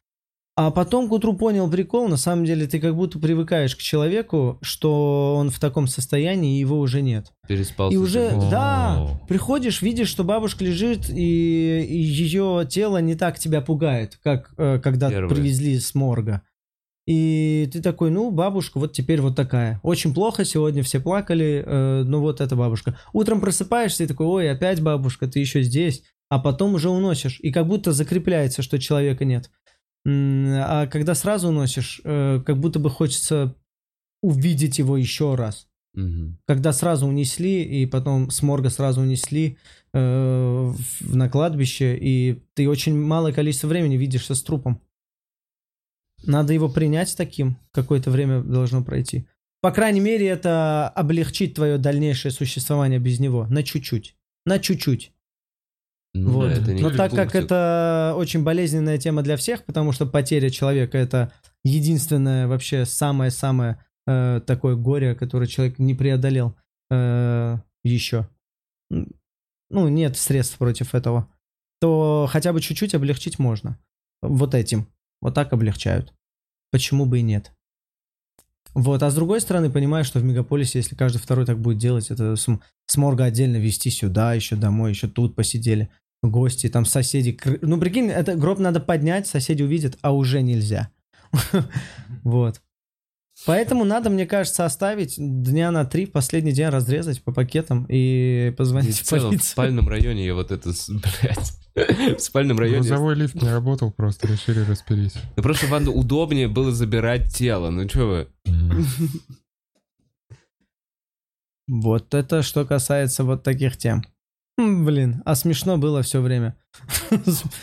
А потом к утру понял прикол, на самом деле ты как будто привыкаешь к человеку, что он в таком состоянии, и его уже нет.
Переспал.
и
с
уже,
этим.
да,
О.
приходишь, видишь, что бабушка лежит, и, ее тело не так тебя пугает, как э, когда
Первое.
привезли с морга. И ты такой, ну, бабушка вот теперь вот такая. Очень плохо, сегодня все плакали, э, ну вот эта бабушка. Утром просыпаешься и такой, ой, опять бабушка, ты еще здесь. А потом уже уносишь. И как будто закрепляется, что человека нет. М, А когда сразу уносишь, э, как будто бы хочется увидеть его еще раз
Мгм.
когда сразу унесли, и потом с морга сразу унесли э, в- на кладбище, и ты очень малое количество времени видишься с трупом. Надо его принять таким, какое-то время должно пройти. По крайней мере, это облегчит твое дальнейшее существование без него. На чуть-чуть. На чуть-чуть.
Ну
Вот.
да, это не
Но так как
полностью.
это очень болезненная тема для всех, потому что потеря человека это единственное вообще самое-самое э, такое горе, которое человек не преодолел э, еще. М, Ну, нет средств против этого. То хотя бы чуть-чуть облегчить можно. Вот этим. Вот так облегчают. Почему бы и нет? Вот, а с другой стороны, понимаю, что в мегаполисе, если каждый второй так будет делать, это с, м- с морга отдельно вести сюда, еще домой, еще тут посидели гости, там соседи. кры- Ну, прикинь, это гроб надо поднять, соседи увидят, а уже нельзя. <laughs> Вот. Поэтому надо, мне кажется, оставить дня на три, последний день разрезать по пакетам и позвонить
Здесь
в
в целом в
полицию.
спальном районе я вот это, с- <laughs> блядь, в
Ну,
спальном районе... я
Грузовой лифт не работал, просто решили распилить.
Ну просто вам удобнее было забирать тело. Ну что вы?
Вот это что касается вот таких тем. М, Блин, а смешно было все время. <laughs>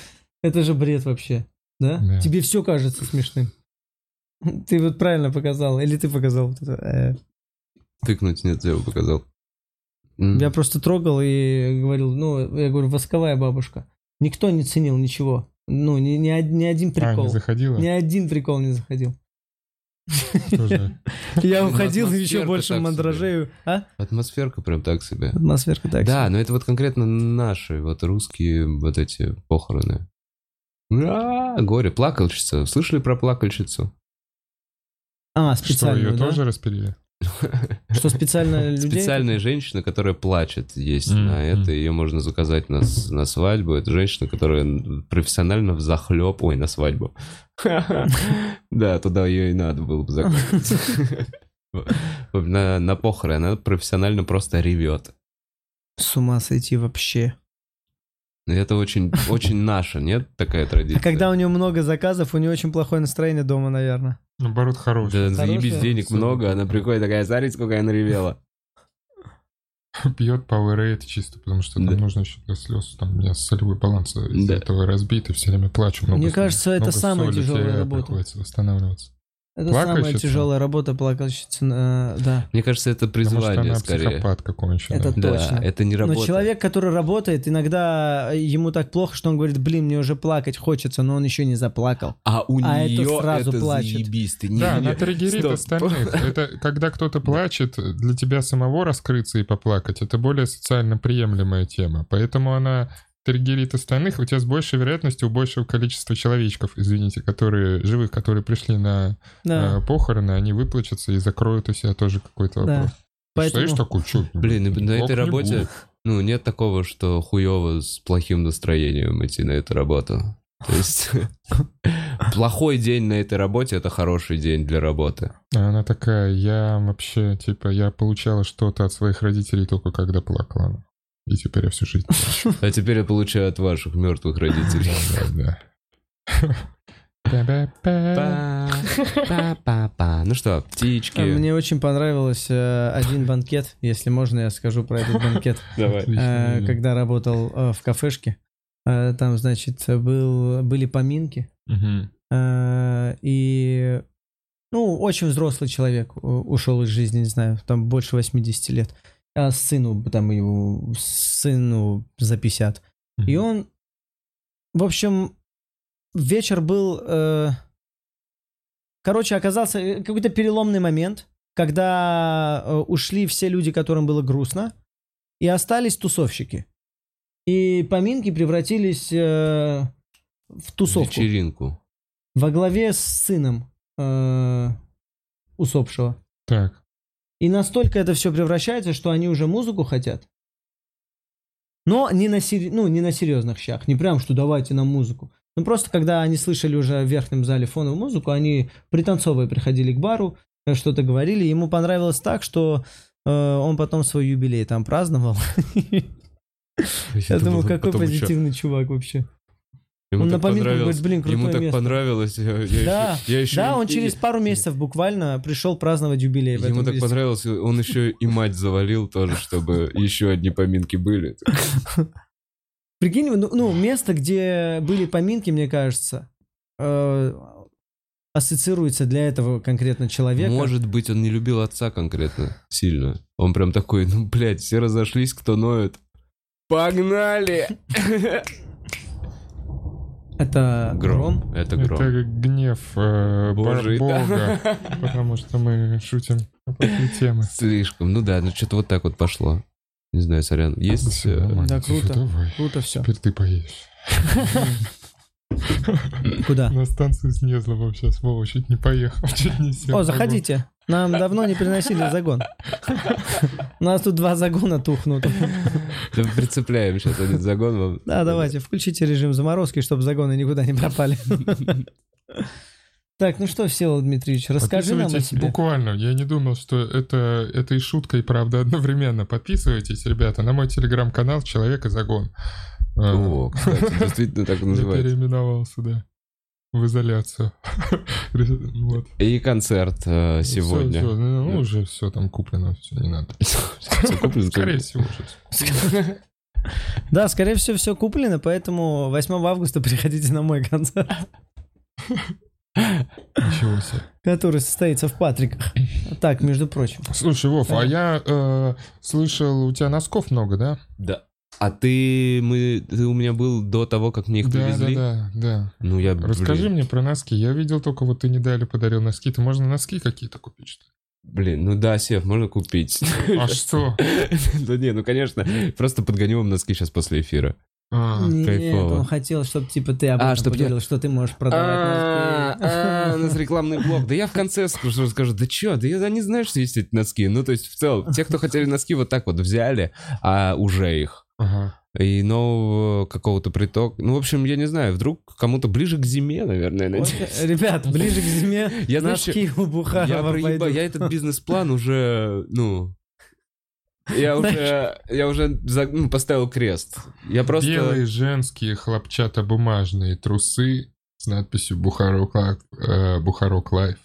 Это же бред вообще, да?
Да.
Тебе все кажется смешным. Ты вот правильно показал, или ты показал вот это, э,
Тыкнуть нет, я его показал. М.
Я просто трогал и говорил, ну, я говорю, восковая бабушка. Никто не ценил ничего. Ну, ни, ни од- ни один
А, не
прикол.
заходила?
ни один прикол не заходил.
Тоже.
<laughs> Я
Ну,
уходил в
атмосферка
еще большем
так себе.
мандражею. А?
Атмосферка прям так себе.
Атмосферка Ну, так.
Да, но это вот конкретно наши, вот русские вот эти похороны. А, горе, плакальщица. Слышали про плакальщицу?
А,
Что,
специально,
ее тоже распилили?
Что специально людей?
Специальная женщина, которая плачет, есть
Мгм.
на это. Ее можно заказать на, с- на свадьбу. Это женщина, которая профессионально захлеб, Ой, на
<laughs>
свадьбу. Да, туда ее и надо было бы заказать.
<laughs>
На, на похороны она профессионально просто ревет.
С ума сойти вообще.
И Это очень, очень наша, нет, такая традиция?
А когда у него много заказов, у него очень плохое настроение дома, наверное.
Наоборот, хороший.
Да, заебись,
Хорошая?
денег
Всё.
много, она приходит такая, смотрите, сколько я наревела.
Пьет Powerade чисто, потому что
Да.
там нужно еще до слез. Там у меня солевой баланс из
Да.
этого разбит, и все время плачу. много
Мне
с-
кажется, это
много
самая
соли
тяжелая
теряю,
работа.
Приходится восстанавливаться.
Это самая
Плакальщица?
тяжелая работа плакальщица. э, Да.
Мне кажется, это
Потому что
призвание
она
скорее.
психопат какой-нибудь.
Это
да.
Да,
Точно.
это не
Но
работа.
человек, который работает, иногда ему так плохо, что он говорит, блин, мне уже плакать хочется, но он еще не заплакал.
А у
А это
нее
сразу
это
плачет.
заебись. Ты не-
Да,
не-
она триггерит
Стоп.
остальных. Это когда кто-то плачет, для тебя самого раскрыться и поплакать, это более социально приемлемая тема. Поэтому она триггерит остальных, у тебя с большей вероятностью у большего количества человечков, извините, которые живых, которые пришли на
Да.
э, похороны, они выплачутся и закроют у себя тоже какой-то
Да.
вопрос. Ты
Поэтому-
Стоишь такой, чё,
Блин, и на
как
этой
не
работе
буду.
ну, нет такого, что хуево с плохим настроением идти на эту работу. То есть <laughs> плохой день на этой работе — это хороший день для работы.
А Она такая, я вообще, типа, я получала что-то от своих родителей только когда плакала. И теперь я всю жизнь
А теперь я получаю от ваших мертвых родителей.
Да, <laughs> да. Пя-пя-пя.
Па-па-па. Ну что,
А,
птички.
Мне очень понравилось э, один банкет, если можно, я скажу про этот банкет.
Давай.
Отлично,
Э,
Юля.
когда работал э, в кафешке. э, Там, значит, был, были поминки.
Мгм.
Э, И, ну, очень взрослый человек э, ушел из жизни, не знаю, там больше 80 лет. А сыну, там его сыну за 50. И он, в общем, вечер был... э, Короче, оказался э, какой-то переломный момент, когда э, ушли все люди, которым было грустно, и остались тусовщики. И поминки превратились э, в тусовку.
Вечеринку.
Во главе с сыном э, усопшего.
Так.
И настолько это все превращается, что они уже музыку хотят. Но не на, сери- ну, не на серьезных щах, не прям, что давайте нам музыку. Ну просто когда они слышали уже в верхнем зале фоновую музыку, они пританцовывая приходили к бару, э, что-то говорили. Ему понравилось так, что э, он потом свой юбилей там праздновал. <laughs> Я думал, какой
потом ещё.
позитивный чувак вообще.
Ему
Он
так
на поминках
понравилось.
говорит, «Блин,
Ему
крутое
так
место».
понравилось. я- я ещё-
Да,
я ещё-
да, он
и-
через пару месяцев буквально пришел праздновать юбилей. в
Ему
этом
так
месте.
понравилось, он еще и мать завалил тоже, чтобы еще одни поминки были.
Прикинь, ну, ну, место, где были поминки, мне кажется, э, ассоциируется для этого конкретно человека.
Может быть, он не любил отца конкретно сильно. Он прям такой, ну, блядь, все разошлись, кто ноет. Погнали!
Это гром.
Это гром.
Это гнев э,
Божий, да.
Бога, потому что мы шутим на такие темы.
Слишком. Ну да, ну что-то вот так вот пошло. Не знаю, сорян. Есть...
Всё,
э,
нормально.
Да,
Всё,
круто.
Давай.
Круто все.
Теперь ты поедешь.
Куда?
На станцию снезла вообще, Вова чуть не поехал, <laughs> чуть не сел.
О, заходите. Нам давно не приносили загон. У нас тут два загона тухнут.
да Прицепляем сейчас один загон вам.
Да, давайте, включите режим заморозки, чтобы загоны никуда не пропали. Так, ну что, Всеволод Дмитриевич, расскажи нам о
Подписывайтесь
себе.
буквально. Я не думал, что это, это и шутка, и правда одновременно. Подписывайтесь, ребята, на мой телеграм-канал «Человек и загон». Э,
О, кстати, действительно так и
я
называется.
переименовался, да. В изоляцию. <laughs> Вот.
И концерт э,
Всё,
сегодня.
всё, ну, ну, уже все там куплено, все, не надо.
Всё куплено, как
Скорее
бы.
всего, уже.
Да, скорее всего, все куплено, поэтому 8 августа приходите на мой концерт.
Ничего себе.
который состоится в Патриках. Так, между прочим.
Слушай, Вов, а я э, слышал, у тебя носков много, да?
Да. А ты, мы, ты у меня был до того, как мне их
да,
привезли?
да, да, да.
Ну, я,
Расскажи
блин,
мне про носки. Я видел только, вот ты не дали, подарил носки. Ты можно носки какие-то купить, что ли?
блин, ну да, Сев, можно купить. <laughs>
А что?
Да не, ну, конечно, просто подгоню вам носки сейчас после эфира.
А,
Нет,
кайфово.
он хотел, чтобы типа ты об
А,
этом
чтоб я-
поговорил, что ты можешь
А,
продавать
а, У
носки.
нас рекламный блок. Да я в конце скажу, скажу, да чё, да я да не знаю, что есть эти носки. Ну, то есть, в целом, те, кто хотели носки, вот так вот взяли, а уже их.
Ага.
И нового какого-то приток. Ну, в общем, я не знаю, вдруг кому-то ближе к зиме, наверное,
<laughs> Вот,
надеюсь.
э, Ребят, ближе к зиме
ну, Я, знаешь,
носки у <laughs>
Я,
Бухарова
проеба-
пойдут.
я этот бизнес-план уже,
<laughs>
ну... Я уже, я уже за- ну, поставил крест. Я просто...
Белые женские хлопчатобумажные трусы с надписью «Бухарок, Лайф», э, «Бухарок Лайф»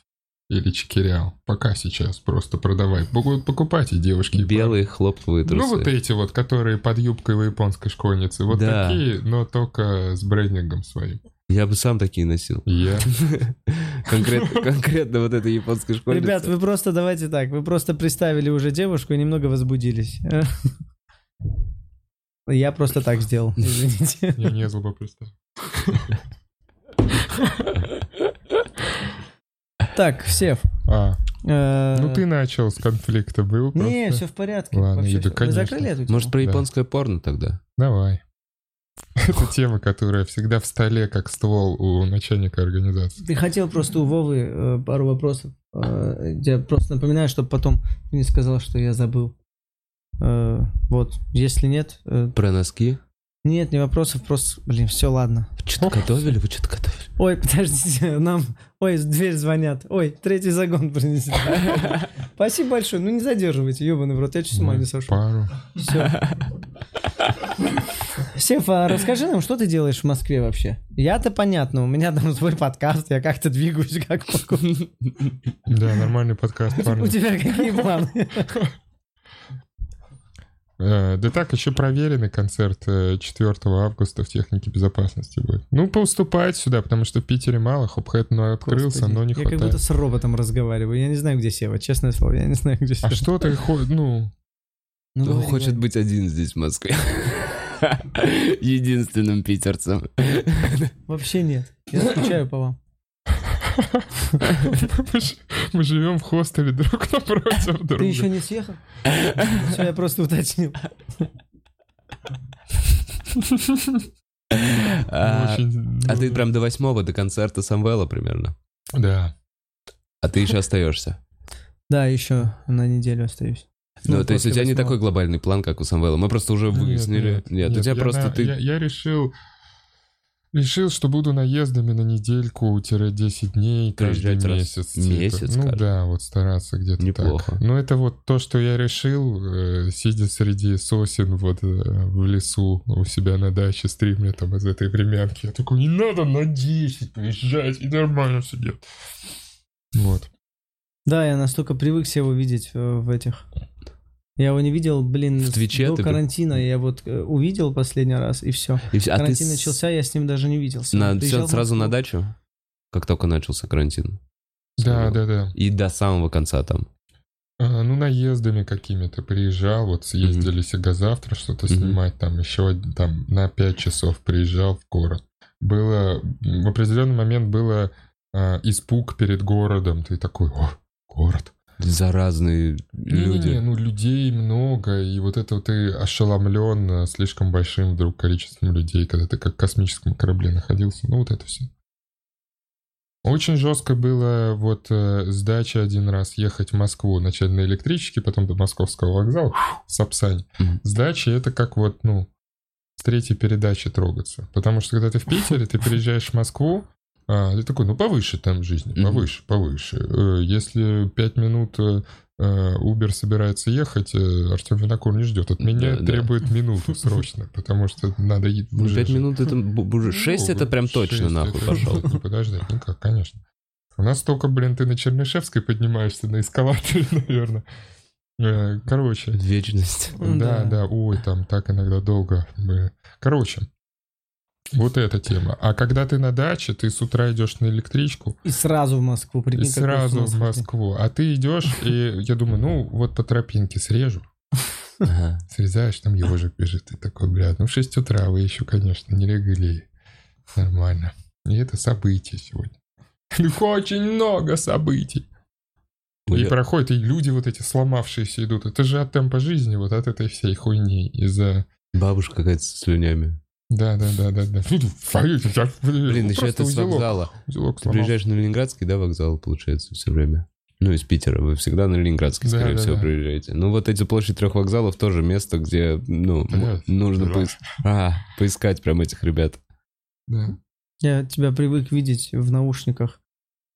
или «Чекирял». Пока сейчас просто продавай. Бу- Покупайте, девушки. и
Белые хлопковые трусы.
Ну, вот эти вот, которые под юбкой у японской школьницы. Вот
Да.
такие, но только с брендингом своим.
Я бы сам такие носил.
<laughs> Я...
Конкретно, конкретно вот этой японской школьнице.
Ребят, вы просто давайте так, вы просто представили уже девушку и немного возбудились. <laughs> Я просто так сделал, извините.
<laughs>
Я не злоба представил.
Так, Сев.
А,
э,
ну ты начал с конфликта, был просто.
Не, все в порядке.
Ладно,
вообще
Юля,
всё. Вы
конечно.
закрыли эту тему?
Может, про
Да.
японское порно тогда?
Давай. <laughs> Это тема, которая всегда в столе, как ствол у начальника организации.
Ты хотел просто у Вовы э, пару вопросов. Э, я просто напоминаю, чтобы потом ты не сказал, что я забыл. Э, вот, если нет, э,
Про носки?
нет, не вопросов, просто, блин, все, ладно.
Вы что-то готовили? Вы что-то готовили?
Ой, <laughs> подождите, нам, ой, в дверь звонят, ой, третий загон принесите. <laughs> Спасибо большое, ну не
Ну,
задерживайте, ебаный в рот, я чуть с ума не
Мы
сошел.
Пару.
Все. Сев, а расскажи нам, что ты делаешь в Москве вообще? Я-то понятно, у меня там свой подкаст, я как-то двигаюсь как могу.
Да,
<laughs>
нормальный подкаст,
У
парни.
тебя какие планы?
<laughs>
Э, Да так, еще проверенный концерт э, 4 августа в технике безопасности будет. Ну, поуступает сюда, потому что в Питере мало, хопхэт но открылся,
Господи,
но не
Я как будто
хватает.
с роботом разговариваю. Я не знаю, где Сева, честное слово, я не знаю, где Сева.
А что ты, хо- ну, <laughs>
Ну,
Кто
говори,
хочет
говори.
быть один здесь, в Москве. <laughs> Единственным питерцем.
Вообще нет. Я скучаю по вам.
мы ж- мы живем в хостеле друг <laughs> напротив друга.
Ты еще не
<laughs>
съехал? Все, я просто уточнил.
А
Очень,
а
ну,
ты прям до восьмого, до концерта Самвела примерно.
Да.
А ты еще остаешься.
Да, еще на неделю остаюсь.
Ну, то есть у
после
тебя не
восьмого.
такой глобальный план, как у Самвела. Мы просто уже
Нет,
выяснили. Нет, у тебя
я
просто
на- Я,
ты...
я решил... Решил, что буду наездами на недельку-10 дней каждый
Приезжать раз
месяц.
в
типа.
месяц
Ну
каждый.
да, вот стараться где-то
Неплохо.
так. Ну это вот то, что я решил, э, сидя среди сосен вот э, в лесу у себя на даче, стримля там из этой времянки. Я такой, не надо на 10 приезжать, и нормально все делать. Вот.
Да, я настолько привык Севу видеть э, в этих. Я его не видел, блин,
В
с-
Твиче
до
ты при-
карантина. Я вот э, увидел последний раз, и все.
и всё. А ты
Карантин
с-
начался, я с ним даже не виделся.
на-
Он приезжал в
сразу на
Москву.
дачу? Как только начался карантин.
Да, да, да.
И до самого конца там.
А, Ну, наездами какими-то приезжал, вот съездили сегодня-завтра что-то
Мгм.
снимать, там еще од- там на 5 часов приезжал в город. Было, м, в определенный момент было а, испуг перед городом, ты такой, о, город.
Заразные
Не-не-не,
люди.
ну людей много, и вот это вот ты ошеломлен слишком большим вдруг количеством людей, когда ты как в космическом корабле находился, ну вот это все. Очень жестко было вот э, с дачи один раз ехать в Москву, начать на электричке, потом до московского вокзала, Сапсань.
Мгм.
С дачи это как вот, ну, с третьей передачи трогаться. Потому что когда ты в Питере, ты приезжаешь в Москву, а, ты такой, ну, повыше там жизни,
Мгм.
повыше, повыше. Э, Если пять минут э, э, Uber собирается ехать, э, Артем Винокур не ждет. От меня
Да, да.
требует минуту срочно, потому что надо... е-
Ну,
уже
пять
же-
минут это... бу- бу- Шесть
ну,
это прям
шесть
точно
это-
нахуй пошел.
<laughs> Ну, Подожди, ну как, конечно. У нас только, блин, ты на Чернышевской поднимаешься на эскалаторе, <laughs> наверное. Э, Короче, <laughs>
Вечность.
М,
да,
да.
да, ой, там так иногда долго. мы- Короче, вот эта тема. А когда ты на даче, ты с утра идешь на электричку,
И сразу в Москву.
и
прикинь, какой
сразу в
сумасшедший.
Москву. А ты идешь, и я думаю, ну, вот по тропинке срежу.
Ага.
Срезаешь, там ежик бежит. И такой, блядь, ну 6 утра вы еще, конечно, не легли. Нормально. И это событие сегодня. <laughs> Их очень много событий. И
Ну, Я-
проходят, и люди вот эти сломавшиеся идут. Это же от темпа жизни, вот от этой всей хуйни. Из-за...
Бабушка какая-то с слюнями.
Да-да-да-да-да. <laughs>
Блин,
Блин,
еще это с вокзала.
Узелок
Ты
сломался.
приезжаешь на Ленинградский, да, вокзал, получается, все время? Ну, из Питера. Вы всегда на Ленинградский,
Да,
скорее
да,
всего,
да.
приезжаете. Ну, вот эти площадь трех вокзалов тоже место, где, ну, м-
Да,
нужно
да.
поис- а, поискать прям этих ребят.
Да.
Я тебя привык видеть в наушниках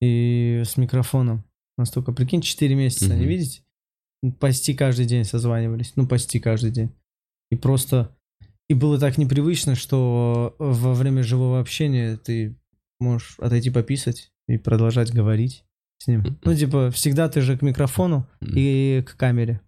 и с микрофоном. Настолько, прикинь, 4 месяца не
Мгм.
видеть. Ну, Почти каждый день созванивались. Ну, почти каждый день. И просто... И было так непривычно, что э, во время живого общения ты можешь отойти пописать и продолжать говорить с ним.
Мгм.
Ну, типа, всегда ты же к микрофону и к камере.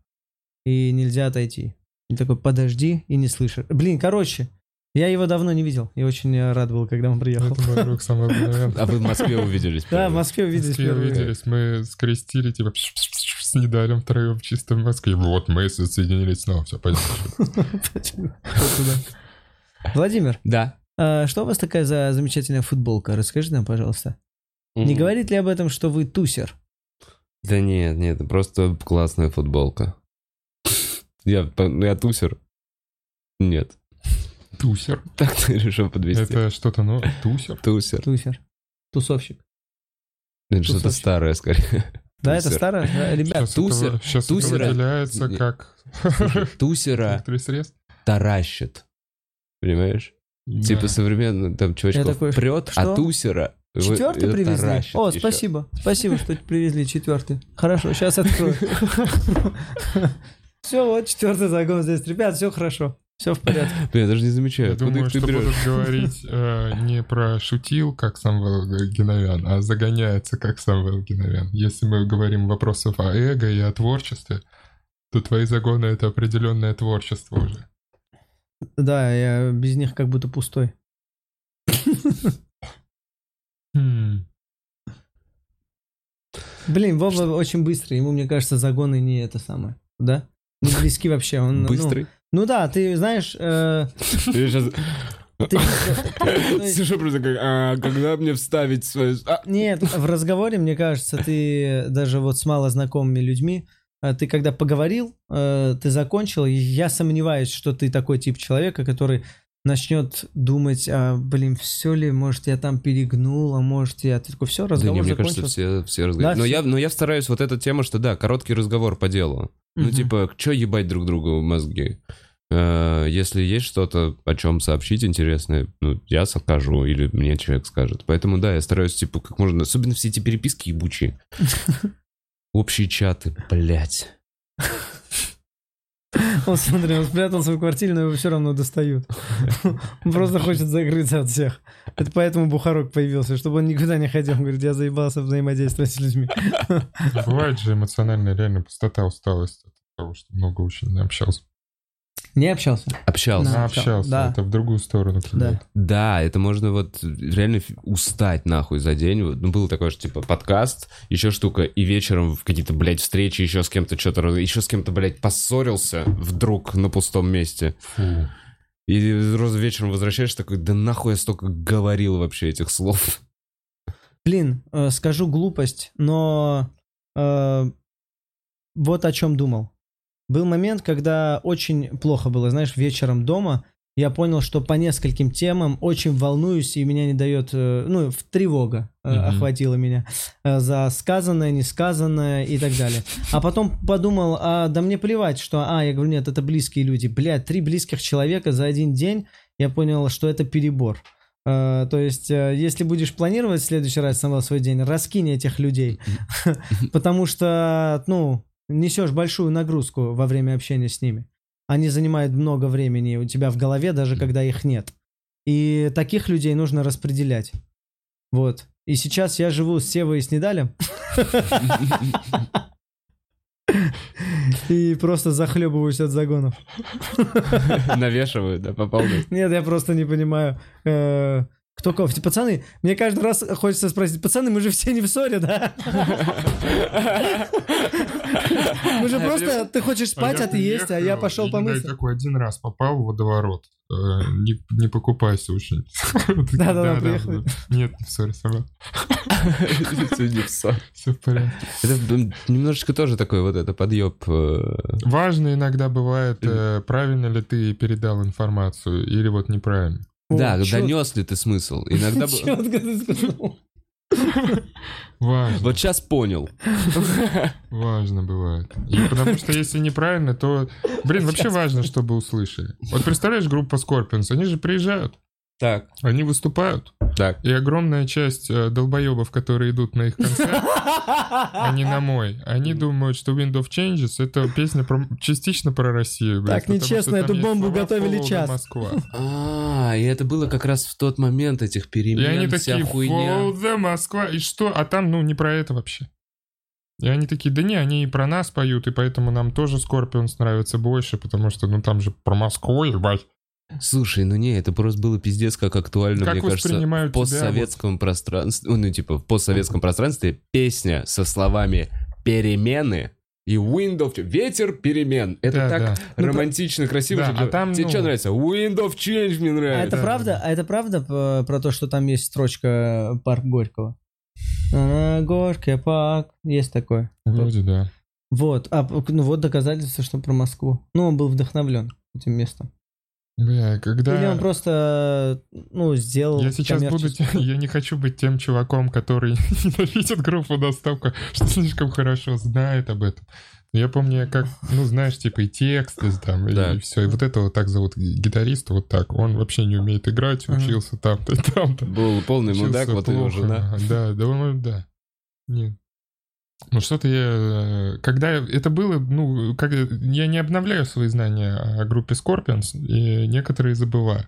И нельзя отойти. И такой, подожди, и не слышишь. Блин, короче, я его давно не видел. И очень э, рад был, когда он приехал.
Это мой
<laughs>
друг самый обыкновенный.
А вы в Москве увиделись?
Да, в
первый?
Москве увиделись
Москве
первые.
увиделись, мы скрестили, типа, пш-пш-пш-пш, с недалем втроем в чистом Москве. Вот мы соединились снова, все понятно.
Владимир,
Да.
а что у вас такая за замечательная футболка? Расскажи нам, пожалуйста. Не
М.
говорит ли об этом, что вы тусер?
Да нет, нет, это просто классная футболка. Я, по- я тусер? Нет. <laughs>
Тусер.
Так ты решил подвести.
Это что-то, ну, тусер.
Тусер.
Тусер. Тусовщик.
Это что-то
тусовщик.
старое, скорее.
Да, это
Тусер.
старое. да, Ребят,
Сейчас
тусер-
это вы- Сейчас это
тусера-
выделяется
Не-
как...
<laughs>
<laughs>
Тусера
Некоторые средства.
таращит. Понимаешь? Типа
Да.
современно там чувачков
Я такой,
прет,
что?
а тусера... вот
четвертый
это
привезли.
таращит
О,
ещё.
спасибо. Спасибо, что привезли четвертый.
<laughs>
Хорошо, сейчас открою. Все, вот четвертый загон здесь. Ребят, все хорошо. Все в порядке.
Блин, я даже не замечаю,
Я
откуда
думаю,
их ты
что
берешь.
будут говорить э, не про шутил, как Самвел Геновян, а загоняется, как Самвел Геновян. Если мы говорим вопросов о эго и о творчестве, то твои загоны — это определенное творчество уже.
Да, я без них как будто пустой.
Хм.
Блин, Вова очень быстрый. Ему, мне кажется, загоны не это самое. Да? Не близки вообще. Он, ну, <laughs>
Быстрый.
Ну, да, ты знаешь... э,
Я
<laughs>
щас- <laughs>
ты- ты-
Слышу просто как, «А, когда мне вставить свою... А,
Нет, в разговоре, мне кажется, ты даже вот с малознакомыми людьми, э, ты когда поговорил, э, ты закончил, и я сомневаюсь, что ты такой тип человека, который начнет думать, а, блин, все ли, может, я там перегнул, а может, я... Ты такой, все,
Да
разговор
не, мне
закончился.
кажется, все, все разговаривают.
Да,
но,
все.
я, но я стараюсь вот эта тема, что да, короткий разговор по делу. Ну,
Мгм.
типа, чё ебать друг другу мозги? Э, Если есть что-то, о чем сообщить интересное, ну, я скажу, или мне человек скажет. Поэтому, да, я стараюсь, типа, как можно... Особенно все эти переписки
<laughs>
ебучие. Общие чаты, блядь.
Он, смотри, он спрятался в квартире, но его все равно достают. Он просто хочет закрыться от всех. Это поэтому Бухарок появился, чтобы он никуда не ходил. Он говорит, я заебался взаимодействовать с людьми.
Ну, Бывает же эмоциональная реально пустота, усталость от того, что много очень общался.
Не общался.
Общался.
Да,
Общался,
да.
это в другую сторону
Да.
кидает.
Да, это можно вот реально фи- устать нахуй за день. Вот, Ну, было такое, что типа подкаст, еще штука, и вечером в какие-то, блядь, встречи еще с кем-то что-то, еще с кем-то, блядь, поссорился вдруг на пустом месте.
Фу.
И раз вечером возвращаешься такой, да нахуй я столько говорил вообще этих слов. <laughs>
Блин, э, скажу глупость, но э, вот о чем думал. Был момент, когда очень плохо было, знаешь, вечером дома. Я понял, что по нескольким темам очень волнуюсь, и меня не дает, э, ну, в- тревога э,
Мгм.
охватила меня э, за сказанное, несказанное и так далее. А потом подумал, а, да мне плевать, что, а, я говорю, нет, это близкие люди. Блядь, три близких человека за один день, я понял, что это перебор. Э, То есть, э, если будешь планировать в следующий раз сама свой день, раскинь этих людей. <laughs> Потому что, ну, несешь большую нагрузку во время общения с ними. Они занимают много времени у тебя в голове, даже когда их нет. И таких людей нужно распределять. Вот. И сейчас я живу с Севой и с Недалем. <laughs> И просто захлебываюсь от загонов.
Навешиваю, да, по полной.
Нет, я просто не понимаю. э, Кто кого? Пацаны, мне каждый раз хочется спросить, пацаны, мы же все не в ссоре, да? Мы же просто, ты хочешь спать, а ты есть, а я пошел
помыть.
помыться.
такой один раз попал в водоворот. Э, Не, не покупайся очень. Такие,
Да-да-да, приехали.
Нет, не ссорь, сама.
Сегодня всё.
Все в порядке.
Это м, немножечко тоже такой вот это подъеб. э,
Важно иногда бывает, э, правильно ли ты передал информацию или вот неправильно.
О,
Да,
чёт-
донес ли ты смысл?
<laughs>
Иногда... <laughs> б-
чётко ты <laughs> сказал.
Важно,
Вот сейчас понял.
важно бывает. И потому что если неправильно, то, блин, вообще важно, чтобы услышали. Вот представляешь, группа Scorpions, они же приезжают,
Так,
они выступают,
так.
и огромная часть э, долбоебов, которые идут на их концерт, а не на мой. Они думают, что Wind of Changes это песня про- частично про Россию. блядь,
Так
потому
нечестно,
что там
эту
есть
бомбу
слова
готовили
«Фоллоу» да
час.
Москва.
А, и это было как раз в тот момент этих
И
перемен,
они
вся
такие,
хуйня.
«Follow the Москва, и что? А там, ну, не про это вообще. И они такие, да не, они и про нас поют, и поэтому нам тоже Скорпионс нравится больше, потому что, ну, там же про Москву, ебать.
Слушай, ну не, это просто было пиздец как актуально,
Как
мне кажется,
воспринимают
в
тебя,
постсоветском пространстве, ну типа в постсоветском пространстве песня со словами «перемены» и «Wind of Change». Ветер перемен. Это
Да, Ну,
так
да.
романтично, красиво.
Да,
что
а
говорю,
там,
Тебе
ну-
что нравится? Wind of Change мне
А
нравится.
это правда? А это правда э, про то, что там есть строчка э, «Парк Горького»? А, Горький парк. Есть такое.
Вроде да.
Вот. А, ну вот доказательство, что про Москву. Ну, он был вдохновлен этим местом.
Бля,
Или он
когда...
просто, ну, сделал
Я сейчас буду...
коммерческий.
те- Я не хочу быть тем чуваком, который <laughs> ненавидит группу настолько, что слишком хорошо знает об этом. Я помню, я как, ну, знаешь, типа и тексты там, и
Да.
все. И вот это вот так зовут гитарист, вот так. Он вообще не умеет играть,
Ага.
учился там-то и там-то.
Был полный мудак,
Учился
вот его
плохо.
жена.
Да, да, он- да. Нет. Ну что-то я... э, Когда это было, ну, как, я не обновляю свои знания о группе Scorpions, и некоторые забываю.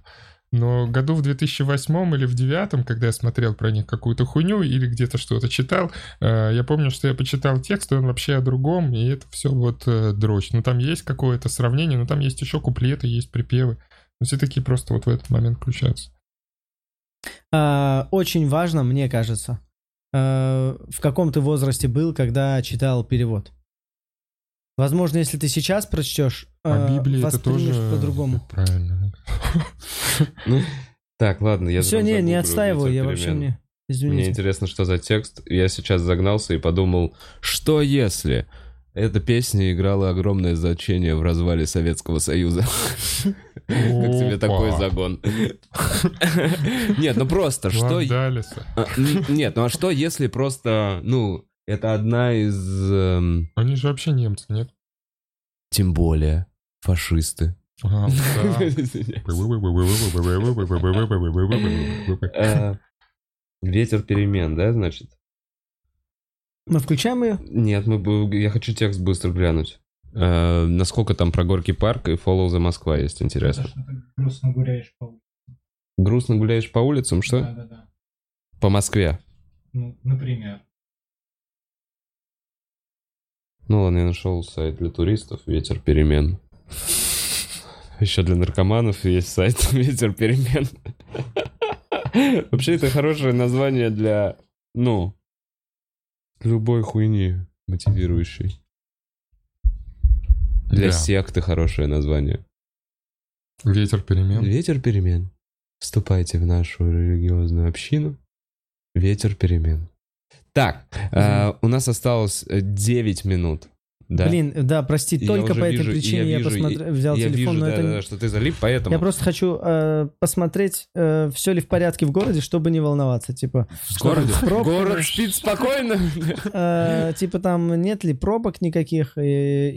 Но году в 2008 или в 2009, когда я смотрел про них какую-то хуйню или где-то что-то читал, э, я помню, что я почитал текст, и он вообще о другом, и это все вот э, дрочь. Ну там есть какое-то сравнение, но там есть еще куплеты, есть припевы. Но все такие просто вот в этот момент включаются.
А, Очень важно, мне кажется, э, в каком ты возрасте был, когда читал перевод. Возможно, если ты сейчас прочтешь,
А
э,
Библия это
воспримешь
тоже...
по-другому.
Правильно.
Ну, Так, ладно, я...
Все,
прям
не, не
загуглил
отстаиваю, я
«Ветер
вообще
перемен».
не...
Мне
Извините.
интересно, что за текст. Я сейчас загнался и подумал, что если эта песня играла огромное значение в развале Советского Союза? <laughs> Как тебе такой
Опа.
загон? <laughs> Нет, ну просто, что...
Вандалиса.
а, н- Нет, ну а что если просто, ну, это одна из... эм,
Они же вообще немцы, нет?
Тем более фашисты. <laughs>
А, да.
Извиняюсь. Э, Ветер перемен, да, значит?
Мы включаем ее?
Нет, мы, бы- я хочу текст быстро глянуть. Э, насколько там про Горький парк и Follow the Москва есть, интересно.
что ты грустно гуляешь по улице.
Грустно гуляешь по улицам, что?
Да-да-да.
По Москве.
Ну, например.
Ну ладно, я нашел сайт для туристов «Ветер перемен». Еще для наркоманов есть сайт <laughs> «Ветер перемен». Вообще, это хорошее название для, ну, любой хуйни мотивирующей. Для
Да.
секты хорошее название.
Ветер перемен.
Ветер перемен. Вступайте в нашу религиозную общину. Ветер перемен. Так, э, у нас осталось 9 минут. Да?
Блин, да, прости,
И я
только
уже
по этой
вижу, и
причине я,
вижу,
посмотр-
и-
взял
я
телефон,
вижу,
но
да,
это...
да, да, что ты залип, поэтому
Я просто хочу э, посмотреть, все ли в порядке в городе, чтобы не волноваться. Типа,
в городе.
пробка-
Город спит спокойно.
<laughs> э,
<laughs>
типа там нет ли пробок никаких и...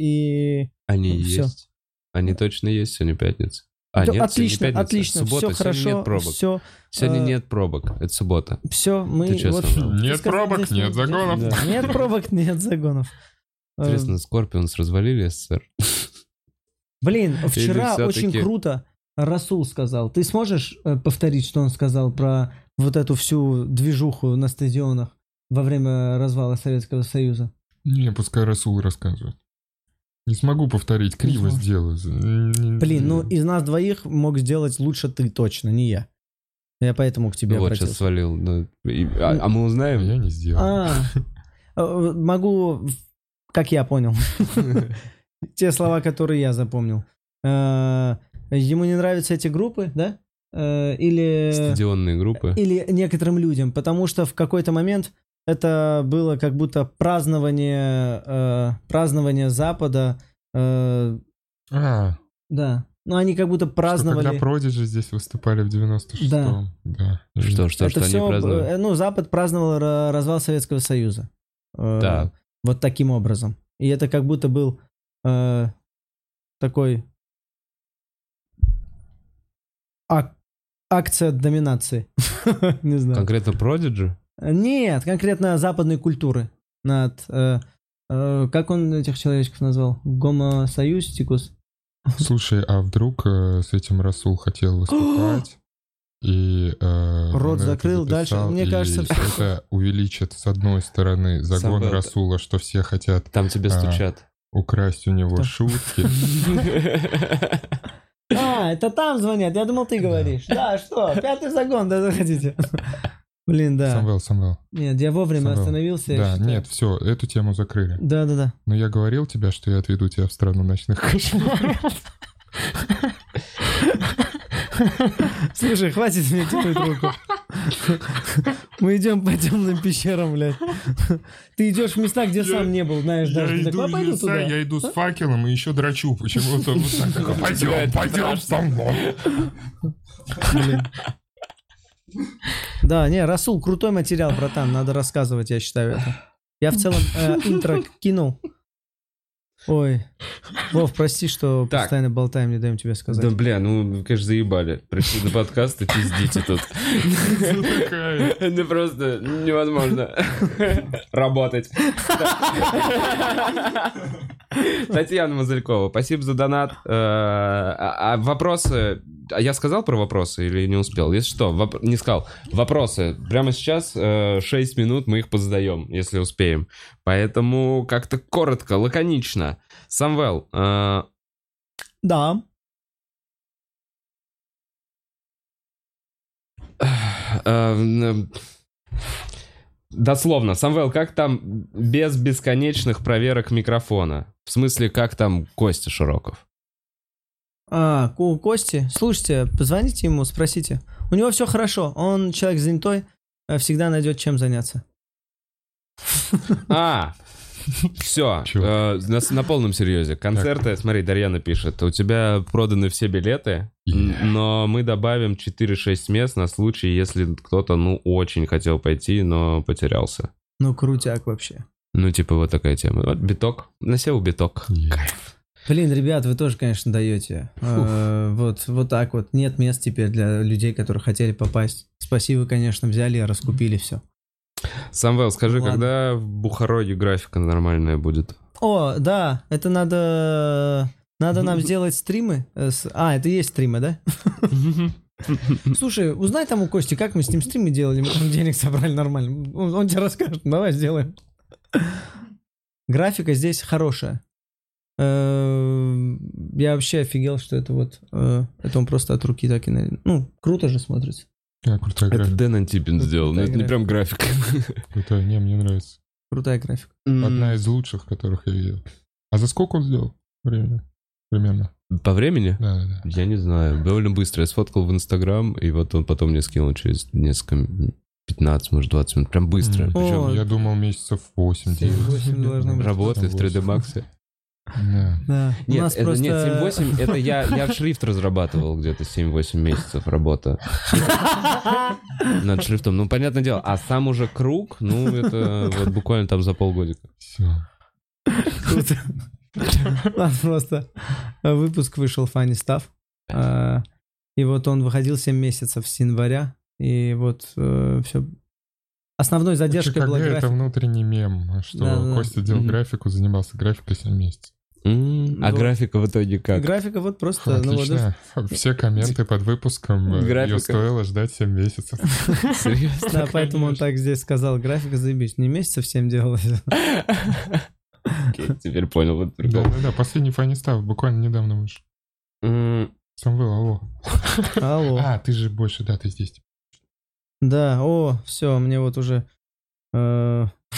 и-
Они
Всё.
есть. Они точно есть, сегодня пятница. А,
Да,
нет,
отлично,
сегодня пятница.
отлично,
Суббота,
все
сегодня
хорошо,
нет пробок.
все,
Сегодня
э,
нет пробок, это суббота.
все, мы...
Ты чё
вот-
сказал?
ты
Нет
сказал,
пробок,
здесь
нет
мы-
загонов.
Да, Нет пробок, нет загонов. Э,
Интересно, Скорпионс развалили СССР?
Блин, вчера
всё-таки-
очень круто Расул сказал. Ты сможешь э, повторить, что он сказал про вот эту всю движуху на стадионах во время развала Советского Союза?
Не, пускай Расул рассказывает. Не смогу повторить, криво
сможешь.
сделаю.
Блин,
Блин,
ну из нас двоих мог сделать лучше ты точно, не я. Я поэтому к тебе
Вот, сейчас
обратился.
свалил. ну, и- А а мы узнаем?
Я не сделал.
А, э, могу, как я понял, <laughs> те слова, которые я запомнил. Э, Ему не нравятся эти группы, да? Э, Или...
Стадионные группы.
Или некоторым людям, потому что в какой-то момент это было как будто празднование, э, празднование Запада, э,
А,
да. Ну, они как будто
что когда
праздновали.
Продиджи здесь выступали в 96-м.
Да.
Да.
Что, что, что
это
они
все,
праздновали?
ну, Запад праздновал ра- развал Советского Союза. Э,
Так.
Вот таким образом. И это как будто был э, такой ак- акция доминации. <laughs> Не знаю.
Конкретно Продиджи?
Нет, конкретно западной культуры. Над, э, э, как он этих человечков назвал? Гомосоюзтикус?
Слушай, а вдруг э, с этим Расул
<gasps>
хотел выступать? И, э,
Рот
он это
закрыл, дальше,
записал,
мне
и
кажется, всё.
это увеличит, с одной стороны, загон
Собака.
Расула, что все хотят
Там тебе
А.
<laughs> стучат.
украсть у него
Кто?
шутки.
А, это там звонят, я думал, ты говоришь. Да, что, пятый загон, да, заходите. Блин, <laughs> да.
Самвел, Самвел.
Нет, я вовремя
Самвел.
остановился. я
Да,
считаю.
нет, все, эту тему закрыли.
Да-да-да.
Но я говорил тебе, что я отведу тебя в страну ночных кошмаров.
Слушай, хватит мне тянуть руку. Мы идем по темным пещерам, блядь. Ты идешь в места, где сам не был, знаешь, даже. Ты такой, «А, пойду туда».
иду с факелом и еще драчу почему-то.
<laughs>
Пойдем, пойдем со мной.
Да, не, Расул, крутой материал, братан, надо рассказывать, я считаю это. Я в целом э, интро кинул. Ой, Вов, прости, что
Так.
постоянно болтаем, не даем тебе сказать.
Да, бля, ну, конечно, заебали. Пришли на подкаст и пиздите тут.
<laughs> Затыкает.
<laughs> Это Ну, просто невозможно работать. Татьяна Мазалькова, спасибо за донат. Э, А а вопросы... А я сказал про вопросы или не успел? Если что, воп- не сказал. Вопросы. Прямо сейчас 6 минут мы их позадаем, если успеем. Поэтому как-то коротко, лаконично. Самвел, э,
Да.
Э, м, э, Дословно, Самвел, как там без бесконечных проверок микрофона? В смысле, как там Костя Широков?
А, у Кости, слушайте, позвоните ему, спросите. У него все хорошо, он человек занятой, э, всегда найдет чем заняться.
А, все,
Чего?
на, с- на полном серьезе. Концерты, смотри, Дарьяна пишет, у тебя проданы все билеты, н-
Yeah.
но мы добавим 4-6 мест на случай, если кто-то, ну, очень хотел пойти, но потерялся.
Ну, крутяк вообще.
Ну, типа, вот такая тема. Вот биток. Насел биток.
Блин, ребят, вы тоже, конечно, даете. Э, Вот, вот так вот. Нет мест теперь для людей, которые хотели попасть. Спасибо, конечно, взяли, раскупили все.
Самвел, скажи,
Ладно.
когда в Бухароге графика нормальная будет?
О, да, это надо... Надо нам сделать стримы. э, с- А, это и есть стримы, да? Слушай, узнай там у Кости, как мы с ним стримы делали, мы там денег собрали нормально. Он, он тебе расскажет, давай сделаем. Графика здесь хорошая. Э, Я вообще офигел, что это вот... э, Это он просто от руки так и... на- Ну, круто же смотрится.
Да, крутая
Это
графика.
Дэн Антипин сделал, но это не
Фотография.
прям график.
Крутая, не, мне нравится.
Крутая графика.
Одна из лучших, которых я видел. А за сколько он сделал времени? Примерно.
По времени?
Да, да, да.
Я не знаю, довольно быстро. Я сфоткал в Инстаграм, и вот он потом мне скинул через несколько м- 15, может, 20 минут. Прям быстро.
М.
Причем
О,
Я думал месяцев 8-9.
Семь-восемь должно быть.
работает в 3D Max.
Да.
Да. у
Нет,
нас
это,
просто...
нет,
<laughs>
7-8, это я, я в шрифт разрабатывал где-то 7-8 месяцев
<laughs>
работа над шрифтом. Ну, понятное дело, а сам уже круг, ну, это вот буквально там за полгодика.
Все.
Круто. У нас просто э, выпуск вышел Funny Stuff. э, И вот он выходил 7 месяцев с января. И вот все. Основной задержкой была
ЧКГ это
графика.
внутренний мем, что
Да-да-да.
Костя делал
Мгм.
графику, занимался графикой 7 месяцев.
М, А
Ну,
графика в итоге как? <laughs>
Графика вот просто... ну, вот это-
Отлично. <laughs> Все комменты под выпуском. э,
Графика.
Ее стоило ждать 7 месяцев.
<laughs> Серьезно?
Да, поэтому он так здесь сказал. Графика заебись. Не месяцев 7
<laughs>
делалось.
Окей, Теперь понял. вот <laughs> прикол.
Да-да-да, последний фанистав буквально недавно вышел.
М,
Самвел, алло.
Алло.
А, ты же больше, да, ты здесь.
Да, о, все, мне вот уже... э, <laughs>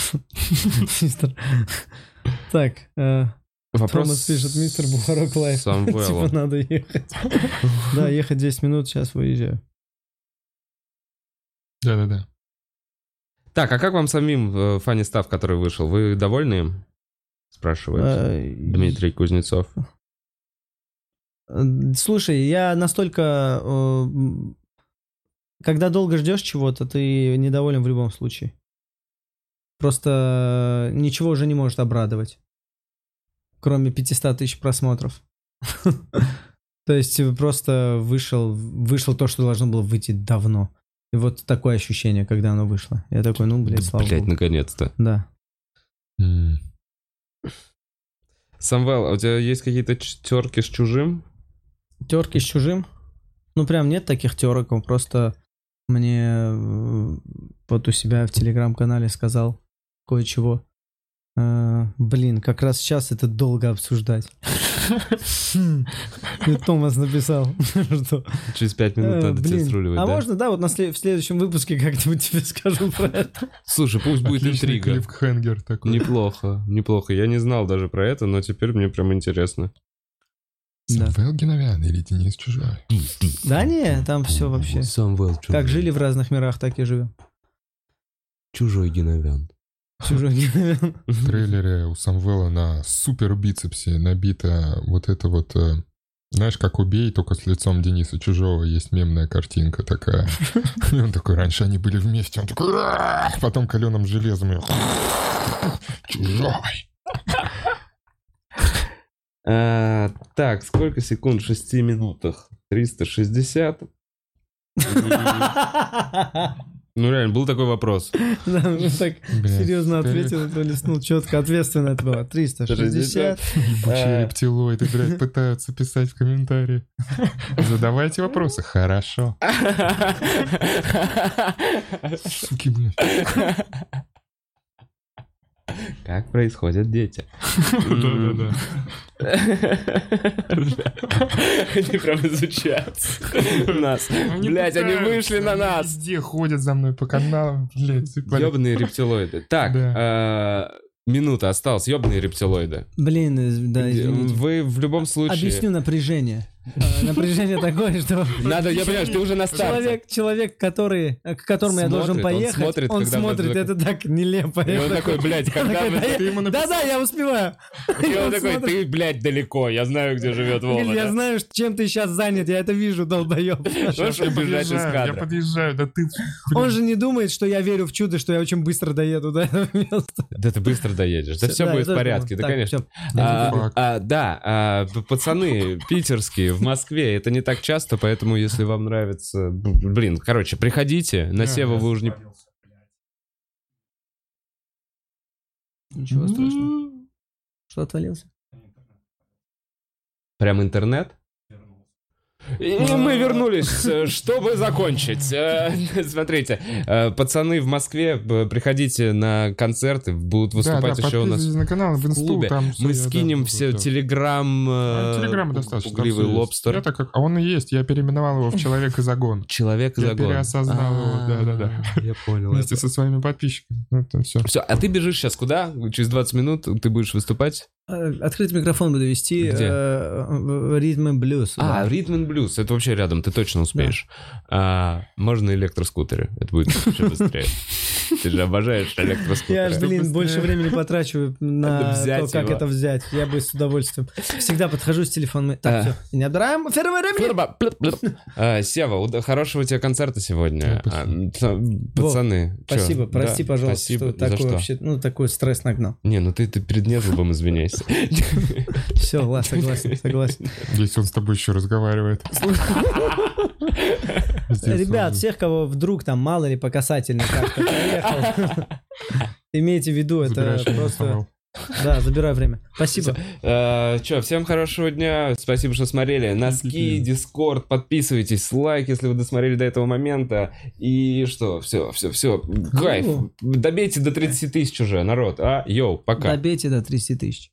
мистер- Так, э,
Вопрос...
Томас пишет, мистер Бухарок лайф.
Самвелу.
<laughs> Типа надо ехать. Да, ехать 10 минут, сейчас выезжаю.
Да-да-да.
Так, а как вам самим э, Funny Став, который вышел? Вы довольны им? Спрашивает
Э,
Дмитрий Кузнецов.
э, Слушай, я настолько... э, м, Когда долго ждешь чего-то, ты недоволен в любом случае. Просто ничего уже не может обрадовать. Кроме 500 тысяч просмотров. <laughs> То есть э, просто вышел, вышло то, что должно было выйти давно. И вот такое ощущение, когда оно вышло. Я такой, ну, блядь,
Да,
слава
Блядь,
богу.
наконец-то.
Да.
М.
Самвел, а у тебя есть какие-то ч- терки с чужим?
терки с чужим. Ну, прям нет таких терок, он просто мне э, вот у себя в телеграм-канале сказал кое-чего. Э, Блин, как раз сейчас это
<laughs>
долго обсуждать. Мне Томас написал, <laughs> что...
Через пять минут
э,
Ну, надо тебя
блин,
сруливать,
А
да?
можно, да, вот на сле- в следующем выпуске как-нибудь <laughs> тебе скажу про это.
Слушай, пусть будет
Отличный
интрига.
клиффхенгер такой.
Неплохо, неплохо. Я не знал даже про это, но теперь мне прям интересно.
Да.
Самвел Геновян или Денис Чужой?
Да не, там все вообще.
Самвел чужой.
Как жили в разных мирах, так и живем.
Чужой геновян.
Чужой <laughs> геновен.
<laughs>
В трейлере у Самвела на супер бицепсе набито вот это вот... э, Знаешь, как убей, только с лицом Дениса Чужого есть мемная картинка такая.
<laughs>
И он такой, раньше они были вместе. Он такой, «Ааа!» потом <laughs> каленым железом. её, Чужой.
А, так, сколько секунд в 6 минутах? 360. Ну реально, был такой вопрос.
Да, он так
Блядь,
серьезно
старик,
ответил, блеснул четко, ответственно это было. 360.
Ебучие
А.
Э.
рептилоиды,
<laughs>
блядь, пытаются писать в комментарии. Задавайте вопросы. Хорошо.
А
Суки, блядь.
<laughs> Как происходят дети?
Да-да-да.
Они прям изучают нас. Блять, они
пытаются,
вышли на
они
нас.
Везде ходят за мной по каналам, блядь. и блядь.
Ёбаные рептилоиды. Так, э, минута осталась. Ёбаные рептилоиды.
Блин, из- да, извините.
Вы в любом случае...
Объясню напряжение. Э, Напряжение <laughs> такое, что
Надо, я понимаю, что ты уже на старте.
человек, человек, который, э, к которому я должен
Смотрит, он
поехать,
смотрит,
он
когда мы
смотрит,
зак-
это так нелепо.
И
Я
он такой, блядь, когда
такой,
вы...
«Да я-
Ты ему написал?
Да-да, я успеваю.
И он
Он
такой,
смотрит.
ты, блядь, далеко, я знаю, где живет
Или
Вова.
я
да».
знаю, чем ты сейчас занят, я это
<laughs>
вижу, долбоеб.
Можешь
Я
убежать из
подъезжаю, Я
кадра?
подъезжаю, да ты...
Он же не думает, что я верю в чудо, что я очень быстро доеду <laughs> до этого места.
Да ты быстро доедешь, да все
я
будет в
тоже
порядке,
думаю.
да
Так,
конечно.
всё.
А,
Фак.
а, Да, а, п- пацаны питерские в Москве, это не так часто, поэтому если вам нравится... б- Блин, короче, приходите, на
Да,
Сева вы уже не...
Ничего страшного.
<laughs>
Что отвалился?
Прям интернет? И мы вернулись, э, чтобы закончить. Э, <laughs> Смотрите, э, пацаны в Москве, б- приходите на концерты, будут выступать еще у нас.
на канал, в инсту,
клубе.
там всё,
Мы
я, да,
скинем
буду,
все
да.
телеграм...
А,
э,
Телеграмма достаточно. там
Угривый
всё есть.
лобстер.
Я так как... А он и есть, я переименовал его в «Человек и загон».
Человек
Я
за год.
переосознал его, да-да-да. Ну,
Я понял.
Вместе со своими подписчиками. Ну, это все.
Все, а ты бежишь сейчас куда? Через 20 минут ты будешь выступать?
Э, Открыть микрофон буду вести.
Где?
э, в- в Ритмы блюз.
А, Rhythm and Blues, это вообще рядом, ты точно успеешь. А, можно на электроскутере, это будет еще быстрее. Ты же обожаешь
Я ж,
электроскутеры.
блин,
Быстрее.
больше времени потрачу на
Надо
то,
взять
как
его.
это взять. Я бы с удовольствием. Всегда подхожу с телефоном. и- Так,
А.
все. Не отбираем эфирного времени.
Флорба, плюп, плюп. А, Сева, уда- хорошего тебе концерта сегодня.
Да, спасибо.
А, та- Пацаны. чё?
Спасибо,
Да,
прости, пожалуйста,
спасибо.
что
За
такой вообще, ну, такой стресс нагнал.
Не, ну ты, ты перед незлобом извиняйся.
Все, ладно, согласен, согласен.
Если он с тобой
<laughs>
еще разговаривает. Здесь
Ребят,
он-
всех, кого вдруг там мало ли по касательной как-то проехал, имейте в виду, это
забираешь меня,
просто...
Самвел.
Да, забираю время. Спасибо.
Э, Чё, всем хорошего дня. Спасибо, что смотрели. Носки, Дискорд, подписывайтесь, лайк, если вы досмотрели до этого момента. И что, все, все, все. Кайф. Добейте до 30 тысяч уже, народ. А, йоу, пока.
Добейте до 30 тысяч.